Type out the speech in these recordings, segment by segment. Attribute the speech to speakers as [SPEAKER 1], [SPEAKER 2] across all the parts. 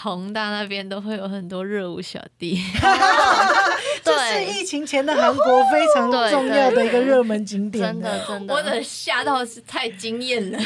[SPEAKER 1] 宏大那边都会有很多热舞小弟，
[SPEAKER 2] 这是疫情前的韩国非常
[SPEAKER 3] 对
[SPEAKER 2] 重要的一个热门景点。
[SPEAKER 3] 真的真 的，
[SPEAKER 1] 我的吓到是太惊艳了。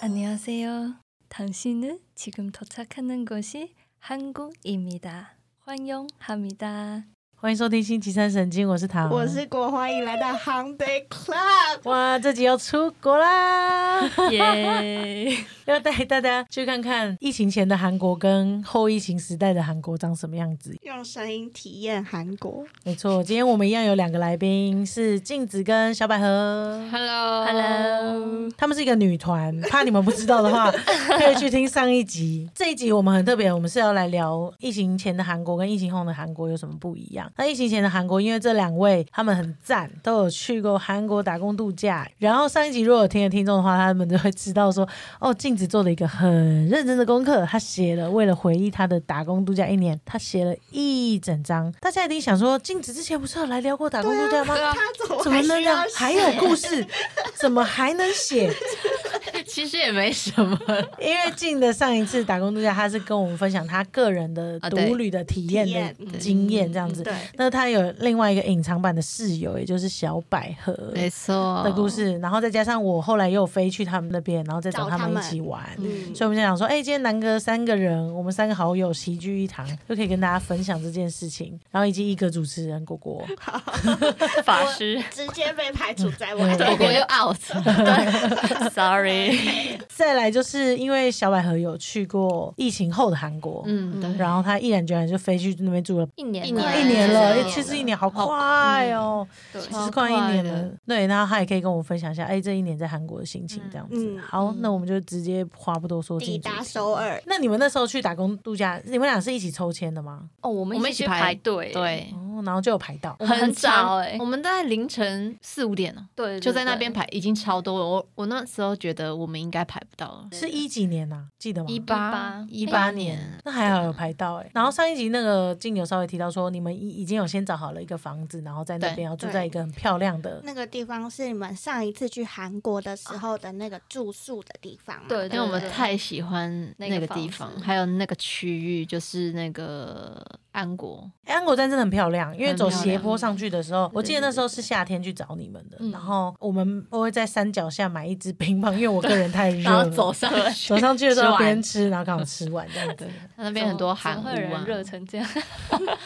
[SPEAKER 4] 안녕하세요. 당신은 지금 도착하는 곳이 한국입니다. 환영합니다.
[SPEAKER 5] 欢迎收听星期三神经，我是唐，
[SPEAKER 6] 我是国欢迎来到 Holiday Club。
[SPEAKER 5] 哇，这集要出国啦，
[SPEAKER 1] 耶！
[SPEAKER 5] 要带大家去看看疫情前的韩国跟后疫情时代的韩国长什么样子。
[SPEAKER 6] 用声音体验韩国，
[SPEAKER 5] 没错，今天我们一样有两个来宾，是镜子跟小百合。
[SPEAKER 1] Hello
[SPEAKER 4] Hello，
[SPEAKER 5] 他们是一个女团，怕你们不知道的话，可以去听上一集。这一集我们很特别，我们是要来聊疫情前的韩国跟疫情后的韩国有什么不一样。那疫情前的韩国，因为这两位他们很赞，都有去过韩国打工度假。然后上一集如果有听的听众的话，他们就会知道说，哦，镜子做了一个很认真的功课，他写了为了回忆他的打工度假一年，他写了一整章。大家一定想说，镜子之前不是有来聊过打工度假吗？
[SPEAKER 6] 他怎么
[SPEAKER 5] 怎么
[SPEAKER 6] 还
[SPEAKER 5] 能
[SPEAKER 6] 需
[SPEAKER 5] 聊
[SPEAKER 6] 要？
[SPEAKER 5] 还有故事，怎么还能写？
[SPEAKER 1] 其实也没什么，
[SPEAKER 5] 因为进的上一次打工度假，他是跟我们分享他个人的
[SPEAKER 1] 啊对
[SPEAKER 5] 独旅的体验
[SPEAKER 6] 体验
[SPEAKER 5] 的
[SPEAKER 6] 嗯
[SPEAKER 5] 经验，这样子。
[SPEAKER 6] 对，
[SPEAKER 5] 那他有另外一个隐藏版的室友，也就是小百合
[SPEAKER 1] 错
[SPEAKER 5] 的故。事，然后再加上我后来又飞去他们那边，然后再找
[SPEAKER 6] 找
[SPEAKER 5] 他
[SPEAKER 6] 他
[SPEAKER 5] 们一
[SPEAKER 6] 们
[SPEAKER 5] 起玩。
[SPEAKER 6] 嗯，
[SPEAKER 5] 所以我们就想说，哎、今天南哥三个人，我们三个好友齐聚一堂，就可以跟大家分享这件事情，然后以及一个主持人果 果，
[SPEAKER 1] 法 师，
[SPEAKER 6] 直接被排除在外。
[SPEAKER 1] 德国又 out。Sorry。
[SPEAKER 5] 再来就是因为小百合有去过疫情后的韩国，
[SPEAKER 1] 嗯，对。
[SPEAKER 5] 然后她毅然决然就飞去那边住了
[SPEAKER 3] 一年
[SPEAKER 1] 一
[SPEAKER 3] 了
[SPEAKER 1] 年
[SPEAKER 5] 一年了，
[SPEAKER 1] 对
[SPEAKER 5] 哎其实一年好快哦，
[SPEAKER 1] 对
[SPEAKER 5] 其实快一年
[SPEAKER 1] 超快
[SPEAKER 5] 了
[SPEAKER 1] 的。
[SPEAKER 5] 对，然后他也可以跟我分享一下，哎，这一年在韩国的心情这样子。
[SPEAKER 6] 嗯
[SPEAKER 5] 好，那我们就直接话不多说，
[SPEAKER 6] 抵
[SPEAKER 5] 进主
[SPEAKER 6] 达
[SPEAKER 5] 题。
[SPEAKER 6] 首尔，
[SPEAKER 5] 那你们那时候去打工度假，你们俩是一起抽签的吗？
[SPEAKER 3] 哦，我们
[SPEAKER 1] 我们
[SPEAKER 3] 一
[SPEAKER 1] 一起
[SPEAKER 3] 起
[SPEAKER 1] 排
[SPEAKER 3] 排队，
[SPEAKER 1] 对，
[SPEAKER 5] 哦，然后就有排到。
[SPEAKER 3] 我们很早哎、
[SPEAKER 1] 欸我们大概凌晨四五点呢，
[SPEAKER 3] 对对
[SPEAKER 1] 就在那边
[SPEAKER 3] 对
[SPEAKER 1] 排，已经超多了。我我那时候觉得我们应该排不到了，
[SPEAKER 5] 是一几年呐、记得吗？
[SPEAKER 1] 八一八年，
[SPEAKER 5] 那还好有排到哎、然后上一集那个静友稍微提到说，你们已已经有先找好了一个房子，然后在那
[SPEAKER 1] 对
[SPEAKER 5] 边要住
[SPEAKER 6] 对
[SPEAKER 5] 在一个很漂亮的
[SPEAKER 6] 那个地方是你们上一次去韩国的时候的那个住宿的地方嘛？
[SPEAKER 3] 对
[SPEAKER 1] 因为我们
[SPEAKER 3] 对对
[SPEAKER 1] 太喜欢那个地方
[SPEAKER 3] 那个房，子
[SPEAKER 1] 还有那个区域，就是那个安国，
[SPEAKER 5] 哎安国站真的很漂亮，因为
[SPEAKER 1] 很
[SPEAKER 5] 走
[SPEAKER 1] 漂
[SPEAKER 5] 斜
[SPEAKER 1] 亮
[SPEAKER 5] 坡上去的时候，我记得那时候是夏天去找你们的，
[SPEAKER 1] 嗯
[SPEAKER 5] 然后我们我会在山脚下买一支冰棒，因为我个人 太热
[SPEAKER 1] 然后
[SPEAKER 5] 了，
[SPEAKER 1] 走上去，
[SPEAKER 5] 走上去的时
[SPEAKER 1] 吃
[SPEAKER 5] 候
[SPEAKER 1] 完
[SPEAKER 5] 边吃，然后刚好吃完 这样子，
[SPEAKER 1] 那边很多
[SPEAKER 3] 韩
[SPEAKER 1] 韩
[SPEAKER 3] 会有
[SPEAKER 1] 屋啊
[SPEAKER 3] 人，热成这样，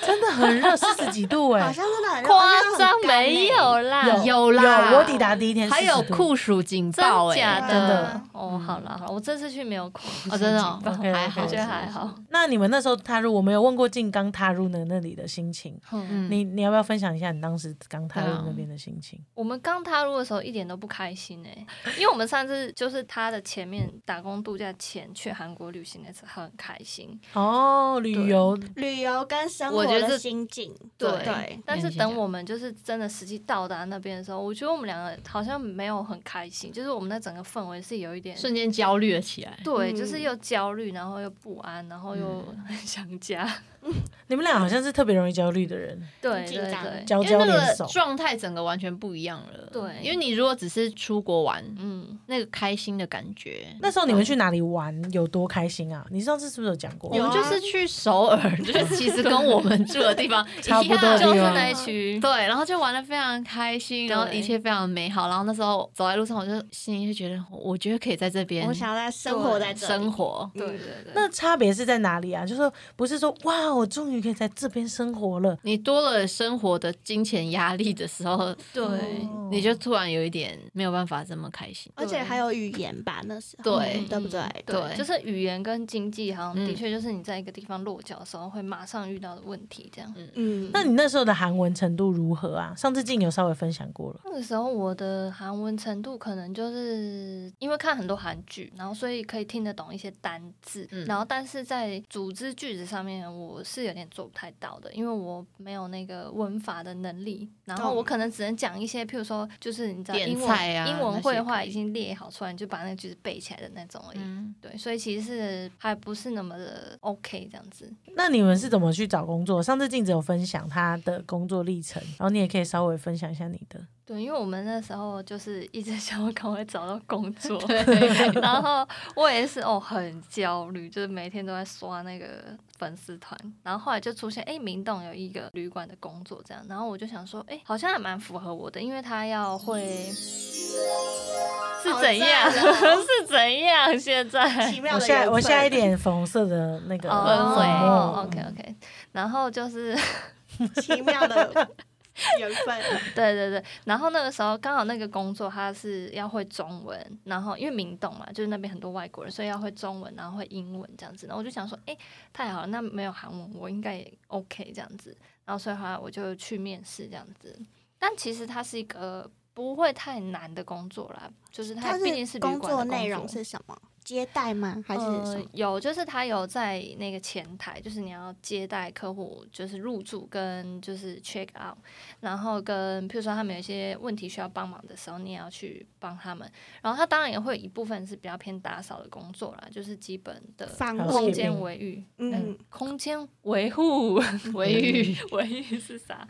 [SPEAKER 5] 真的很热，四十几度
[SPEAKER 6] 好
[SPEAKER 5] 哎、
[SPEAKER 6] 像真的很
[SPEAKER 3] 夸 张没
[SPEAKER 6] 好
[SPEAKER 3] 欸有啦，
[SPEAKER 1] 啊有啦，
[SPEAKER 5] 有我抵达第一天
[SPEAKER 1] 还有
[SPEAKER 5] 40度
[SPEAKER 1] 酷暑警
[SPEAKER 3] 欸真
[SPEAKER 1] 报，
[SPEAKER 3] 假
[SPEAKER 1] 哎，
[SPEAKER 3] 的？
[SPEAKER 5] 真的
[SPEAKER 3] 哦，好啦好啦，我这次去没 有哭，
[SPEAKER 1] 哦，真的哦，
[SPEAKER 5] OK，OK
[SPEAKER 1] 还好，
[SPEAKER 3] 我觉得还好。
[SPEAKER 5] 那你们那时候踏入，我没有问过静刚踏入的那里的心情，
[SPEAKER 3] 嗯，
[SPEAKER 1] 嗯，
[SPEAKER 5] 你你要不要分享一下你当时刚踏入
[SPEAKER 1] 对啊
[SPEAKER 5] 那边的心情？
[SPEAKER 3] 我们刚踏入的时候一点都不开心哎、因为我们上次就是他的前面打工度假前去韩国旅行那次很开心，
[SPEAKER 5] 哦，旅游
[SPEAKER 6] 旅游跟生活
[SPEAKER 1] 我觉得
[SPEAKER 6] 的
[SPEAKER 1] 这
[SPEAKER 6] 心境，
[SPEAKER 3] 对
[SPEAKER 6] 对，
[SPEAKER 3] 但是等我们就是真的实际到达那边的时候，我觉得我们两个好像没有很开心，就是我们那整个氛围是有一点。
[SPEAKER 1] 嗯瞬间焦虑了起来，
[SPEAKER 3] 对，
[SPEAKER 6] 嗯
[SPEAKER 3] 就是又焦虑，然后又不安，然后又很想家。
[SPEAKER 5] 你们俩好像是特别容易焦虑的人，
[SPEAKER 3] 对
[SPEAKER 6] 紧
[SPEAKER 3] 对
[SPEAKER 6] 张
[SPEAKER 3] 对，
[SPEAKER 5] 焦
[SPEAKER 1] 因
[SPEAKER 5] 焦
[SPEAKER 1] 为
[SPEAKER 5] 联
[SPEAKER 1] 那
[SPEAKER 5] 手
[SPEAKER 1] 个。状态整个完全不一样了。
[SPEAKER 3] 对
[SPEAKER 1] 因为你如果只是出国玩，
[SPEAKER 3] 嗯，
[SPEAKER 1] 那个开心的感觉，
[SPEAKER 5] 那时候你们去哪里玩有多开心啊？你上次嗯是不是有啊讲过？
[SPEAKER 1] 我们就是去首尔， 就是其实跟我们住的地方
[SPEAKER 5] 差不多的
[SPEAKER 1] 一
[SPEAKER 5] 地
[SPEAKER 1] 样
[SPEAKER 3] 就
[SPEAKER 5] 方
[SPEAKER 3] 是那一区。
[SPEAKER 1] 对，然后就玩的非常开心，然后
[SPEAKER 3] 啊对
[SPEAKER 1] 一切非常美好。然后那时候走在路上，我就心里就觉得，我觉得可以在这边
[SPEAKER 6] 我想要在生活在这里
[SPEAKER 1] 生活。
[SPEAKER 3] 对对对，
[SPEAKER 5] 那差别是在哪里啊？就是说不是说哇，我终于可以在这边生活了，
[SPEAKER 1] 你多了生活的金钱压力的时候，
[SPEAKER 3] 对
[SPEAKER 1] 你就突然有一点没有办法这么开心。
[SPEAKER 6] 而且还有语言吧，那时候
[SPEAKER 1] 对
[SPEAKER 6] 对不对？
[SPEAKER 3] 嗯
[SPEAKER 1] 对
[SPEAKER 3] 就是语言跟经济，好像
[SPEAKER 1] 嗯
[SPEAKER 3] 的确就是你在一个地方落脚的时候，会马上遇到的问题。这样，
[SPEAKER 6] 嗯，
[SPEAKER 5] 那你那时候的韩文程度如何啊？上次静有稍微分享过了。
[SPEAKER 3] 那个时候我的韩文程度可能就是因为看很多韩剧，然后所以可以听得懂一些单字，
[SPEAKER 1] 嗯
[SPEAKER 3] 然后但是在组织句子上面我是有点做不太到的，因为我没有那个文法的能力，然后我可能只能讲一些，譬如说就是你知道
[SPEAKER 1] 哦点
[SPEAKER 3] 英文、
[SPEAKER 1] 菜啊
[SPEAKER 3] 英文绘
[SPEAKER 1] 那些可
[SPEAKER 3] 画
[SPEAKER 1] 以
[SPEAKER 3] 已经列好出来，你就把那个句子背起来的那种而已。
[SPEAKER 1] 嗯，
[SPEAKER 3] 对，所以其实是还不是那么的 OK 这样子。
[SPEAKER 5] 那你们是怎么去找工作？上次静子有分享她的工作历程，然后你也可以稍微分享一下你的。
[SPEAKER 3] 对，因为我们那时候就是一直 想要赶快找到工作，然后我也是哦很焦虑，就是每天都在刷那个粉丝团，然后后来就出现哎明洞有一个旅馆的工作这样，然后我就想说哎好像还蛮符合我的，因为他要会是
[SPEAKER 6] 好
[SPEAKER 3] 怎样、
[SPEAKER 6] 赞哦
[SPEAKER 3] 是怎样现在
[SPEAKER 2] 奇妙
[SPEAKER 5] 我
[SPEAKER 2] 的
[SPEAKER 5] 下
[SPEAKER 2] 缘
[SPEAKER 5] 我下一
[SPEAKER 2] 分
[SPEAKER 5] 点粉红色的那个
[SPEAKER 1] 哦
[SPEAKER 5] 粉
[SPEAKER 1] 哦
[SPEAKER 5] 末
[SPEAKER 3] OK OK，然后就是。
[SPEAKER 2] 奇妙 的缘分，
[SPEAKER 3] 对对对，然后那个时候刚好那个工作他是要会中文，然后因为明洞嘛，就是那边很多外国人，所以要会中文，然后会英文这样子。然后我就想说，哎，太好了，那没有韩文我应该也 OK 这样子。然后所以后来我就去面试这样子，但其实它是一个不会太难的工作啦，就是它
[SPEAKER 6] 它
[SPEAKER 3] 毕竟是
[SPEAKER 6] 是
[SPEAKER 3] 旅馆
[SPEAKER 6] 工
[SPEAKER 3] 的
[SPEAKER 6] 作
[SPEAKER 3] 作
[SPEAKER 6] 内容是什么？接待吗？还是什
[SPEAKER 3] 呃
[SPEAKER 6] 么？，
[SPEAKER 3] 有，就是他有在那个前台，就是你要接待客户，就是入住跟就是 check out，然后跟譬如说他们有一些问题需要帮忙的时候，你也要去帮他们。然后他当然也会有一部分是比较偏打扫的工作啦，就是基本的
[SPEAKER 6] 房
[SPEAKER 5] 好谢
[SPEAKER 3] 空
[SPEAKER 6] 间
[SPEAKER 5] 谢
[SPEAKER 3] 间维育，
[SPEAKER 6] 嗯
[SPEAKER 3] 嗯，空间维护维育维育是啥？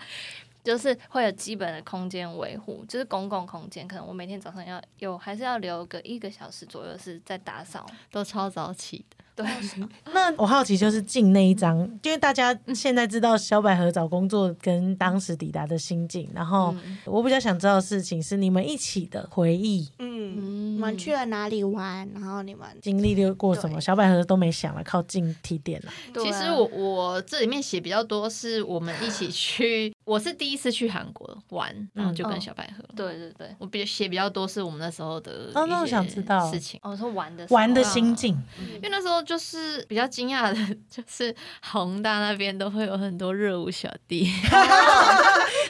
[SPEAKER 3] 就是会有基本的空间维护，就是公共空间，可能我每天早上要有还是要留个一个小时左右是在打扫，
[SPEAKER 1] 都超早起的，
[SPEAKER 3] 对。
[SPEAKER 5] 那我好奇就是进那一张，因为大家
[SPEAKER 3] 嗯
[SPEAKER 5] 现在知道小百合找工作跟当时抵达的心境，然后
[SPEAKER 3] 嗯
[SPEAKER 5] 我比较想知道的事情是你们一起的回忆。
[SPEAKER 2] 嗯，
[SPEAKER 3] 嗯
[SPEAKER 6] 你们去了哪里玩？然后你们
[SPEAKER 5] 经历了过什么？
[SPEAKER 6] 对
[SPEAKER 5] 小百合都没想了，靠近提点了。
[SPEAKER 3] 对
[SPEAKER 1] 其实
[SPEAKER 3] 啊
[SPEAKER 1] 我我这里面写比较多，是我们一起去，我是第一次去韩国玩，然后就跟
[SPEAKER 3] 嗯
[SPEAKER 1] 小百合。
[SPEAKER 3] 对对对，
[SPEAKER 1] 我比写比较多是我们那时候的
[SPEAKER 5] 哦那我
[SPEAKER 1] 一些
[SPEAKER 5] 想知道
[SPEAKER 1] 事情，
[SPEAKER 3] 哦，说玩的时候
[SPEAKER 5] 玩的
[SPEAKER 3] 啊
[SPEAKER 5] 心境，
[SPEAKER 1] 因为那时候就是比较惊讶的， 就是宏大那边都会有很多热舞小弟，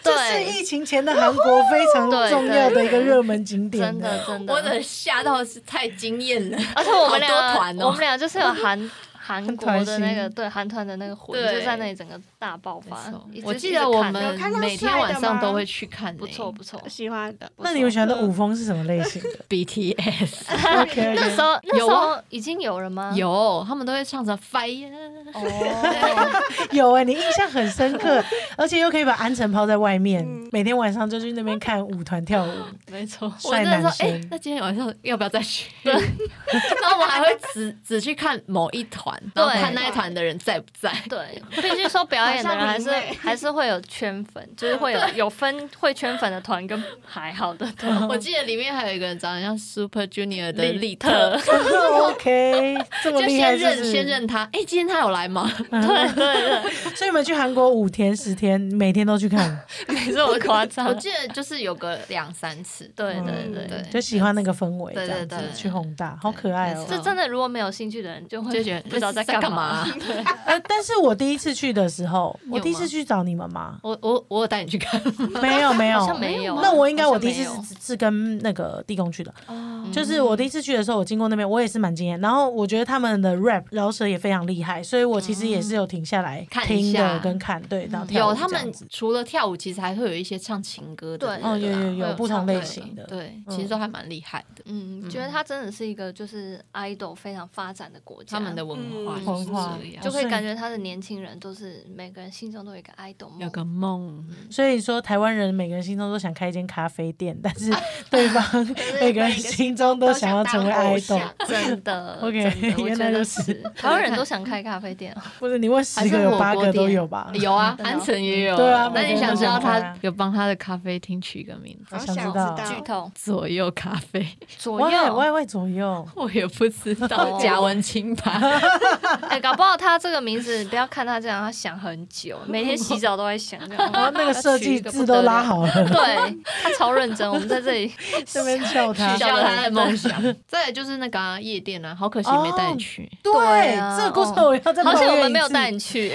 [SPEAKER 2] 这是
[SPEAKER 3] 对
[SPEAKER 2] 疫情前的韩国非常
[SPEAKER 3] 对
[SPEAKER 5] 重要的一个
[SPEAKER 3] 对
[SPEAKER 5] 热门景点。
[SPEAKER 3] 真的真的，
[SPEAKER 1] 我的吓到是太惊艳了。
[SPEAKER 3] 而且我们
[SPEAKER 1] 好
[SPEAKER 3] 俩
[SPEAKER 1] 多团哦
[SPEAKER 3] 我们俩就是有 韩韩国的那个
[SPEAKER 5] 团
[SPEAKER 3] 对韩团的那个魂，
[SPEAKER 1] 对
[SPEAKER 3] 就在那里整个大爆发
[SPEAKER 1] 没错。
[SPEAKER 3] 一直
[SPEAKER 1] 我记得我们
[SPEAKER 6] 看到
[SPEAKER 1] 每天
[SPEAKER 6] 帅的
[SPEAKER 1] 晚上
[SPEAKER 6] 吗
[SPEAKER 1] 都会去看呢、
[SPEAKER 3] 不错不错，
[SPEAKER 6] 喜欢的？
[SPEAKER 5] 那你们喜欢的舞风是什么类型的
[SPEAKER 1] BTS
[SPEAKER 5] ？OK，
[SPEAKER 3] 嗯 那时候那 时
[SPEAKER 1] 有啊
[SPEAKER 3] 候已经有了吗？
[SPEAKER 1] 有，他们都会唱着 Fire，
[SPEAKER 3] 哦，
[SPEAKER 5] 有哎、你印象很深刻，而且又可以把安城抛在外面，
[SPEAKER 6] 嗯
[SPEAKER 5] 每天晚上就去那边看舞团跳舞，
[SPEAKER 3] 没错，
[SPEAKER 1] 我真
[SPEAKER 5] 帅
[SPEAKER 1] 的
[SPEAKER 5] 男
[SPEAKER 1] 说，哎、
[SPEAKER 5] 生。
[SPEAKER 1] 那今天晚上要不要再去？对， 然后我还会只只去看某一团，然后
[SPEAKER 3] 对
[SPEAKER 1] 看那一团的人在不在。
[SPEAKER 3] 对，必须说表演的人还是
[SPEAKER 6] 马上迷妹
[SPEAKER 3] 还是会有 圈粉，就是会有有分会圈粉的团跟还好的 团。
[SPEAKER 1] 我记得里面还有一个人长得像 Super Junior 的
[SPEAKER 3] 利
[SPEAKER 1] 利特，
[SPEAKER 5] OK，这么
[SPEAKER 1] 就
[SPEAKER 5] 厉害
[SPEAKER 1] 先
[SPEAKER 5] 是
[SPEAKER 1] 认
[SPEAKER 5] 不是
[SPEAKER 1] 先。认他。哎、今天他有来 吗？
[SPEAKER 5] 所以你们去韩国五天十天，每天都 去看，
[SPEAKER 3] 没这么夸张
[SPEAKER 1] 我记得就是有个两三次。
[SPEAKER 3] 对对
[SPEAKER 5] 嗯
[SPEAKER 3] 对
[SPEAKER 1] 对
[SPEAKER 5] 就喜欢那个氛围，这
[SPEAKER 1] 对
[SPEAKER 5] 样
[SPEAKER 1] 对
[SPEAKER 5] 子
[SPEAKER 1] 对
[SPEAKER 5] 去宏大，好可爱哦
[SPEAKER 1] 没。
[SPEAKER 3] 这真的，如果没有兴趣的人，就会
[SPEAKER 1] 就觉得
[SPEAKER 3] 不知道在
[SPEAKER 1] 干
[SPEAKER 3] 干 嘛。
[SPEAKER 1] 嘛。
[SPEAKER 5] 呃，但是我第一次去的时候，
[SPEAKER 1] 你有吗
[SPEAKER 5] 我第一次去找你们 吗？
[SPEAKER 1] 我我我有带你去看，
[SPEAKER 5] 没有没有
[SPEAKER 3] 好，像没有啊
[SPEAKER 5] 那我应该
[SPEAKER 3] 好像
[SPEAKER 5] 我第一次
[SPEAKER 3] 没有
[SPEAKER 5] 是是跟那个地公去的，
[SPEAKER 6] 哦，
[SPEAKER 5] 就是我第一次去的时候，我经过那边，我也是蛮惊艳。然后我觉得他们的 rap 饶舌也非常厉害，所以我其实也是有停下来
[SPEAKER 1] 嗯看一
[SPEAKER 5] 听
[SPEAKER 1] 下嗯
[SPEAKER 5] 的跟看，对，然后 跳舞
[SPEAKER 1] 有他
[SPEAKER 5] 这样
[SPEAKER 1] 们
[SPEAKER 5] 子
[SPEAKER 1] 除了跳舞，其实还会有一些唱情歌的
[SPEAKER 3] 对
[SPEAKER 1] 那
[SPEAKER 5] 哦，
[SPEAKER 1] 个
[SPEAKER 5] 有
[SPEAKER 1] 啊，
[SPEAKER 5] 有
[SPEAKER 3] 会有
[SPEAKER 5] 有不同类
[SPEAKER 3] 唱歌
[SPEAKER 5] 型的，
[SPEAKER 1] 对，
[SPEAKER 5] 嗯
[SPEAKER 1] 其实都还蛮厉害的。
[SPEAKER 3] 嗯，觉得它真的是一个就是 idol 非常发展的国家，
[SPEAKER 1] 他们的文化
[SPEAKER 3] 嗯
[SPEAKER 1] 就是
[SPEAKER 5] 文化
[SPEAKER 1] 这样，
[SPEAKER 3] 就
[SPEAKER 5] 就
[SPEAKER 3] 可
[SPEAKER 5] 是
[SPEAKER 3] 以感觉他的年轻人都是每个人心中都有一个 idol 梦。
[SPEAKER 1] 有个梦，
[SPEAKER 5] 所以说，台湾人每个人心中都想开一间咖啡店，但是对方 每个人心中都想要成为
[SPEAKER 6] 都想当偶
[SPEAKER 5] idol
[SPEAKER 6] 像。
[SPEAKER 3] 真的
[SPEAKER 5] OK，
[SPEAKER 3] 真的我
[SPEAKER 5] 原
[SPEAKER 3] 觉
[SPEAKER 5] 来
[SPEAKER 3] 得
[SPEAKER 5] 如
[SPEAKER 3] 是
[SPEAKER 5] 此
[SPEAKER 3] 台湾人 都想开咖啡店哦，
[SPEAKER 5] 不是你问
[SPEAKER 1] 还
[SPEAKER 5] 十
[SPEAKER 1] 是
[SPEAKER 5] 个有八
[SPEAKER 1] 火锅
[SPEAKER 5] 个都
[SPEAKER 1] 店
[SPEAKER 5] 有吧？
[SPEAKER 1] 有 啊，
[SPEAKER 3] 真的哦
[SPEAKER 1] 安城也有。
[SPEAKER 5] 对啊
[SPEAKER 1] 那
[SPEAKER 5] 每
[SPEAKER 1] 你
[SPEAKER 5] 个
[SPEAKER 1] 想
[SPEAKER 5] 人
[SPEAKER 1] 知道
[SPEAKER 5] 都有
[SPEAKER 1] 他
[SPEAKER 5] 啊
[SPEAKER 1] 有帮他的咖啡厅取一个名字
[SPEAKER 6] 好
[SPEAKER 5] 好？
[SPEAKER 6] 想
[SPEAKER 5] 想
[SPEAKER 6] 知
[SPEAKER 5] 知
[SPEAKER 6] 道
[SPEAKER 5] 道
[SPEAKER 3] 剧透
[SPEAKER 1] 左右咖啡，
[SPEAKER 3] 左
[SPEAKER 5] 歪歪
[SPEAKER 3] 右。
[SPEAKER 5] 歪左 右，
[SPEAKER 1] 我也不知道
[SPEAKER 3] 哦。
[SPEAKER 1] 贾文清吧，
[SPEAKER 3] 哎，搞不好他这个名字，不要看他这样，他想很久，每天洗澡都在想这样。
[SPEAKER 5] 然后那个设
[SPEAKER 3] 要取
[SPEAKER 5] 计
[SPEAKER 3] 一个
[SPEAKER 5] 字都拉
[SPEAKER 3] 不
[SPEAKER 5] 好了，
[SPEAKER 3] 得了，对他超认真。我们在这里
[SPEAKER 5] 这边笑他
[SPEAKER 1] 取。消他的梦想。 再来就是那个啊夜店啊，好可惜没带你去。
[SPEAKER 5] 对
[SPEAKER 3] 啊，哦
[SPEAKER 5] 这个故事我要再
[SPEAKER 3] 好
[SPEAKER 5] 抱
[SPEAKER 3] 像
[SPEAKER 5] 怨
[SPEAKER 3] 我们没
[SPEAKER 5] 一
[SPEAKER 3] 有
[SPEAKER 5] 次
[SPEAKER 3] 带你去，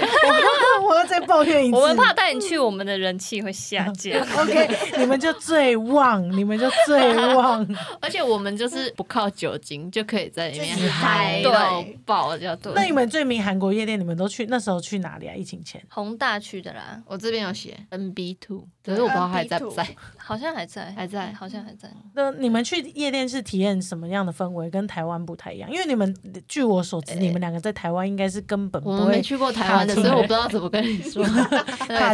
[SPEAKER 2] 我要再抱怨一次。
[SPEAKER 3] 我们怕带你去，我们的人气会下
[SPEAKER 5] 嗯
[SPEAKER 3] 降。
[SPEAKER 5] OK，你们就最旺，你们就最 旺。
[SPEAKER 1] 而且我们就是不靠酒精就可以在里面
[SPEAKER 6] 就是
[SPEAKER 1] 嗨
[SPEAKER 6] 嗨
[SPEAKER 1] 到
[SPEAKER 3] 对
[SPEAKER 1] 爆，叫对。
[SPEAKER 5] 那你们最名韩国夜店，你们都去那时候去哪里啊？疫情前
[SPEAKER 3] 宏大区的啦，
[SPEAKER 1] 我这边有写 NB Two，可是我不知道还在不在。
[SPEAKER 3] 好像还在，
[SPEAKER 1] 还在
[SPEAKER 3] 好像还在。
[SPEAKER 5] 那你们去夜店是体验什么样的氛围？跟台湾不太一样，因为你们据我所知，你们两个在台湾应该是根本
[SPEAKER 1] 我
[SPEAKER 5] 不
[SPEAKER 1] 们没
[SPEAKER 5] 会
[SPEAKER 1] 去过台湾的，
[SPEAKER 5] 踏进
[SPEAKER 1] 所以我不知道怎么跟你 说。
[SPEAKER 5] 踏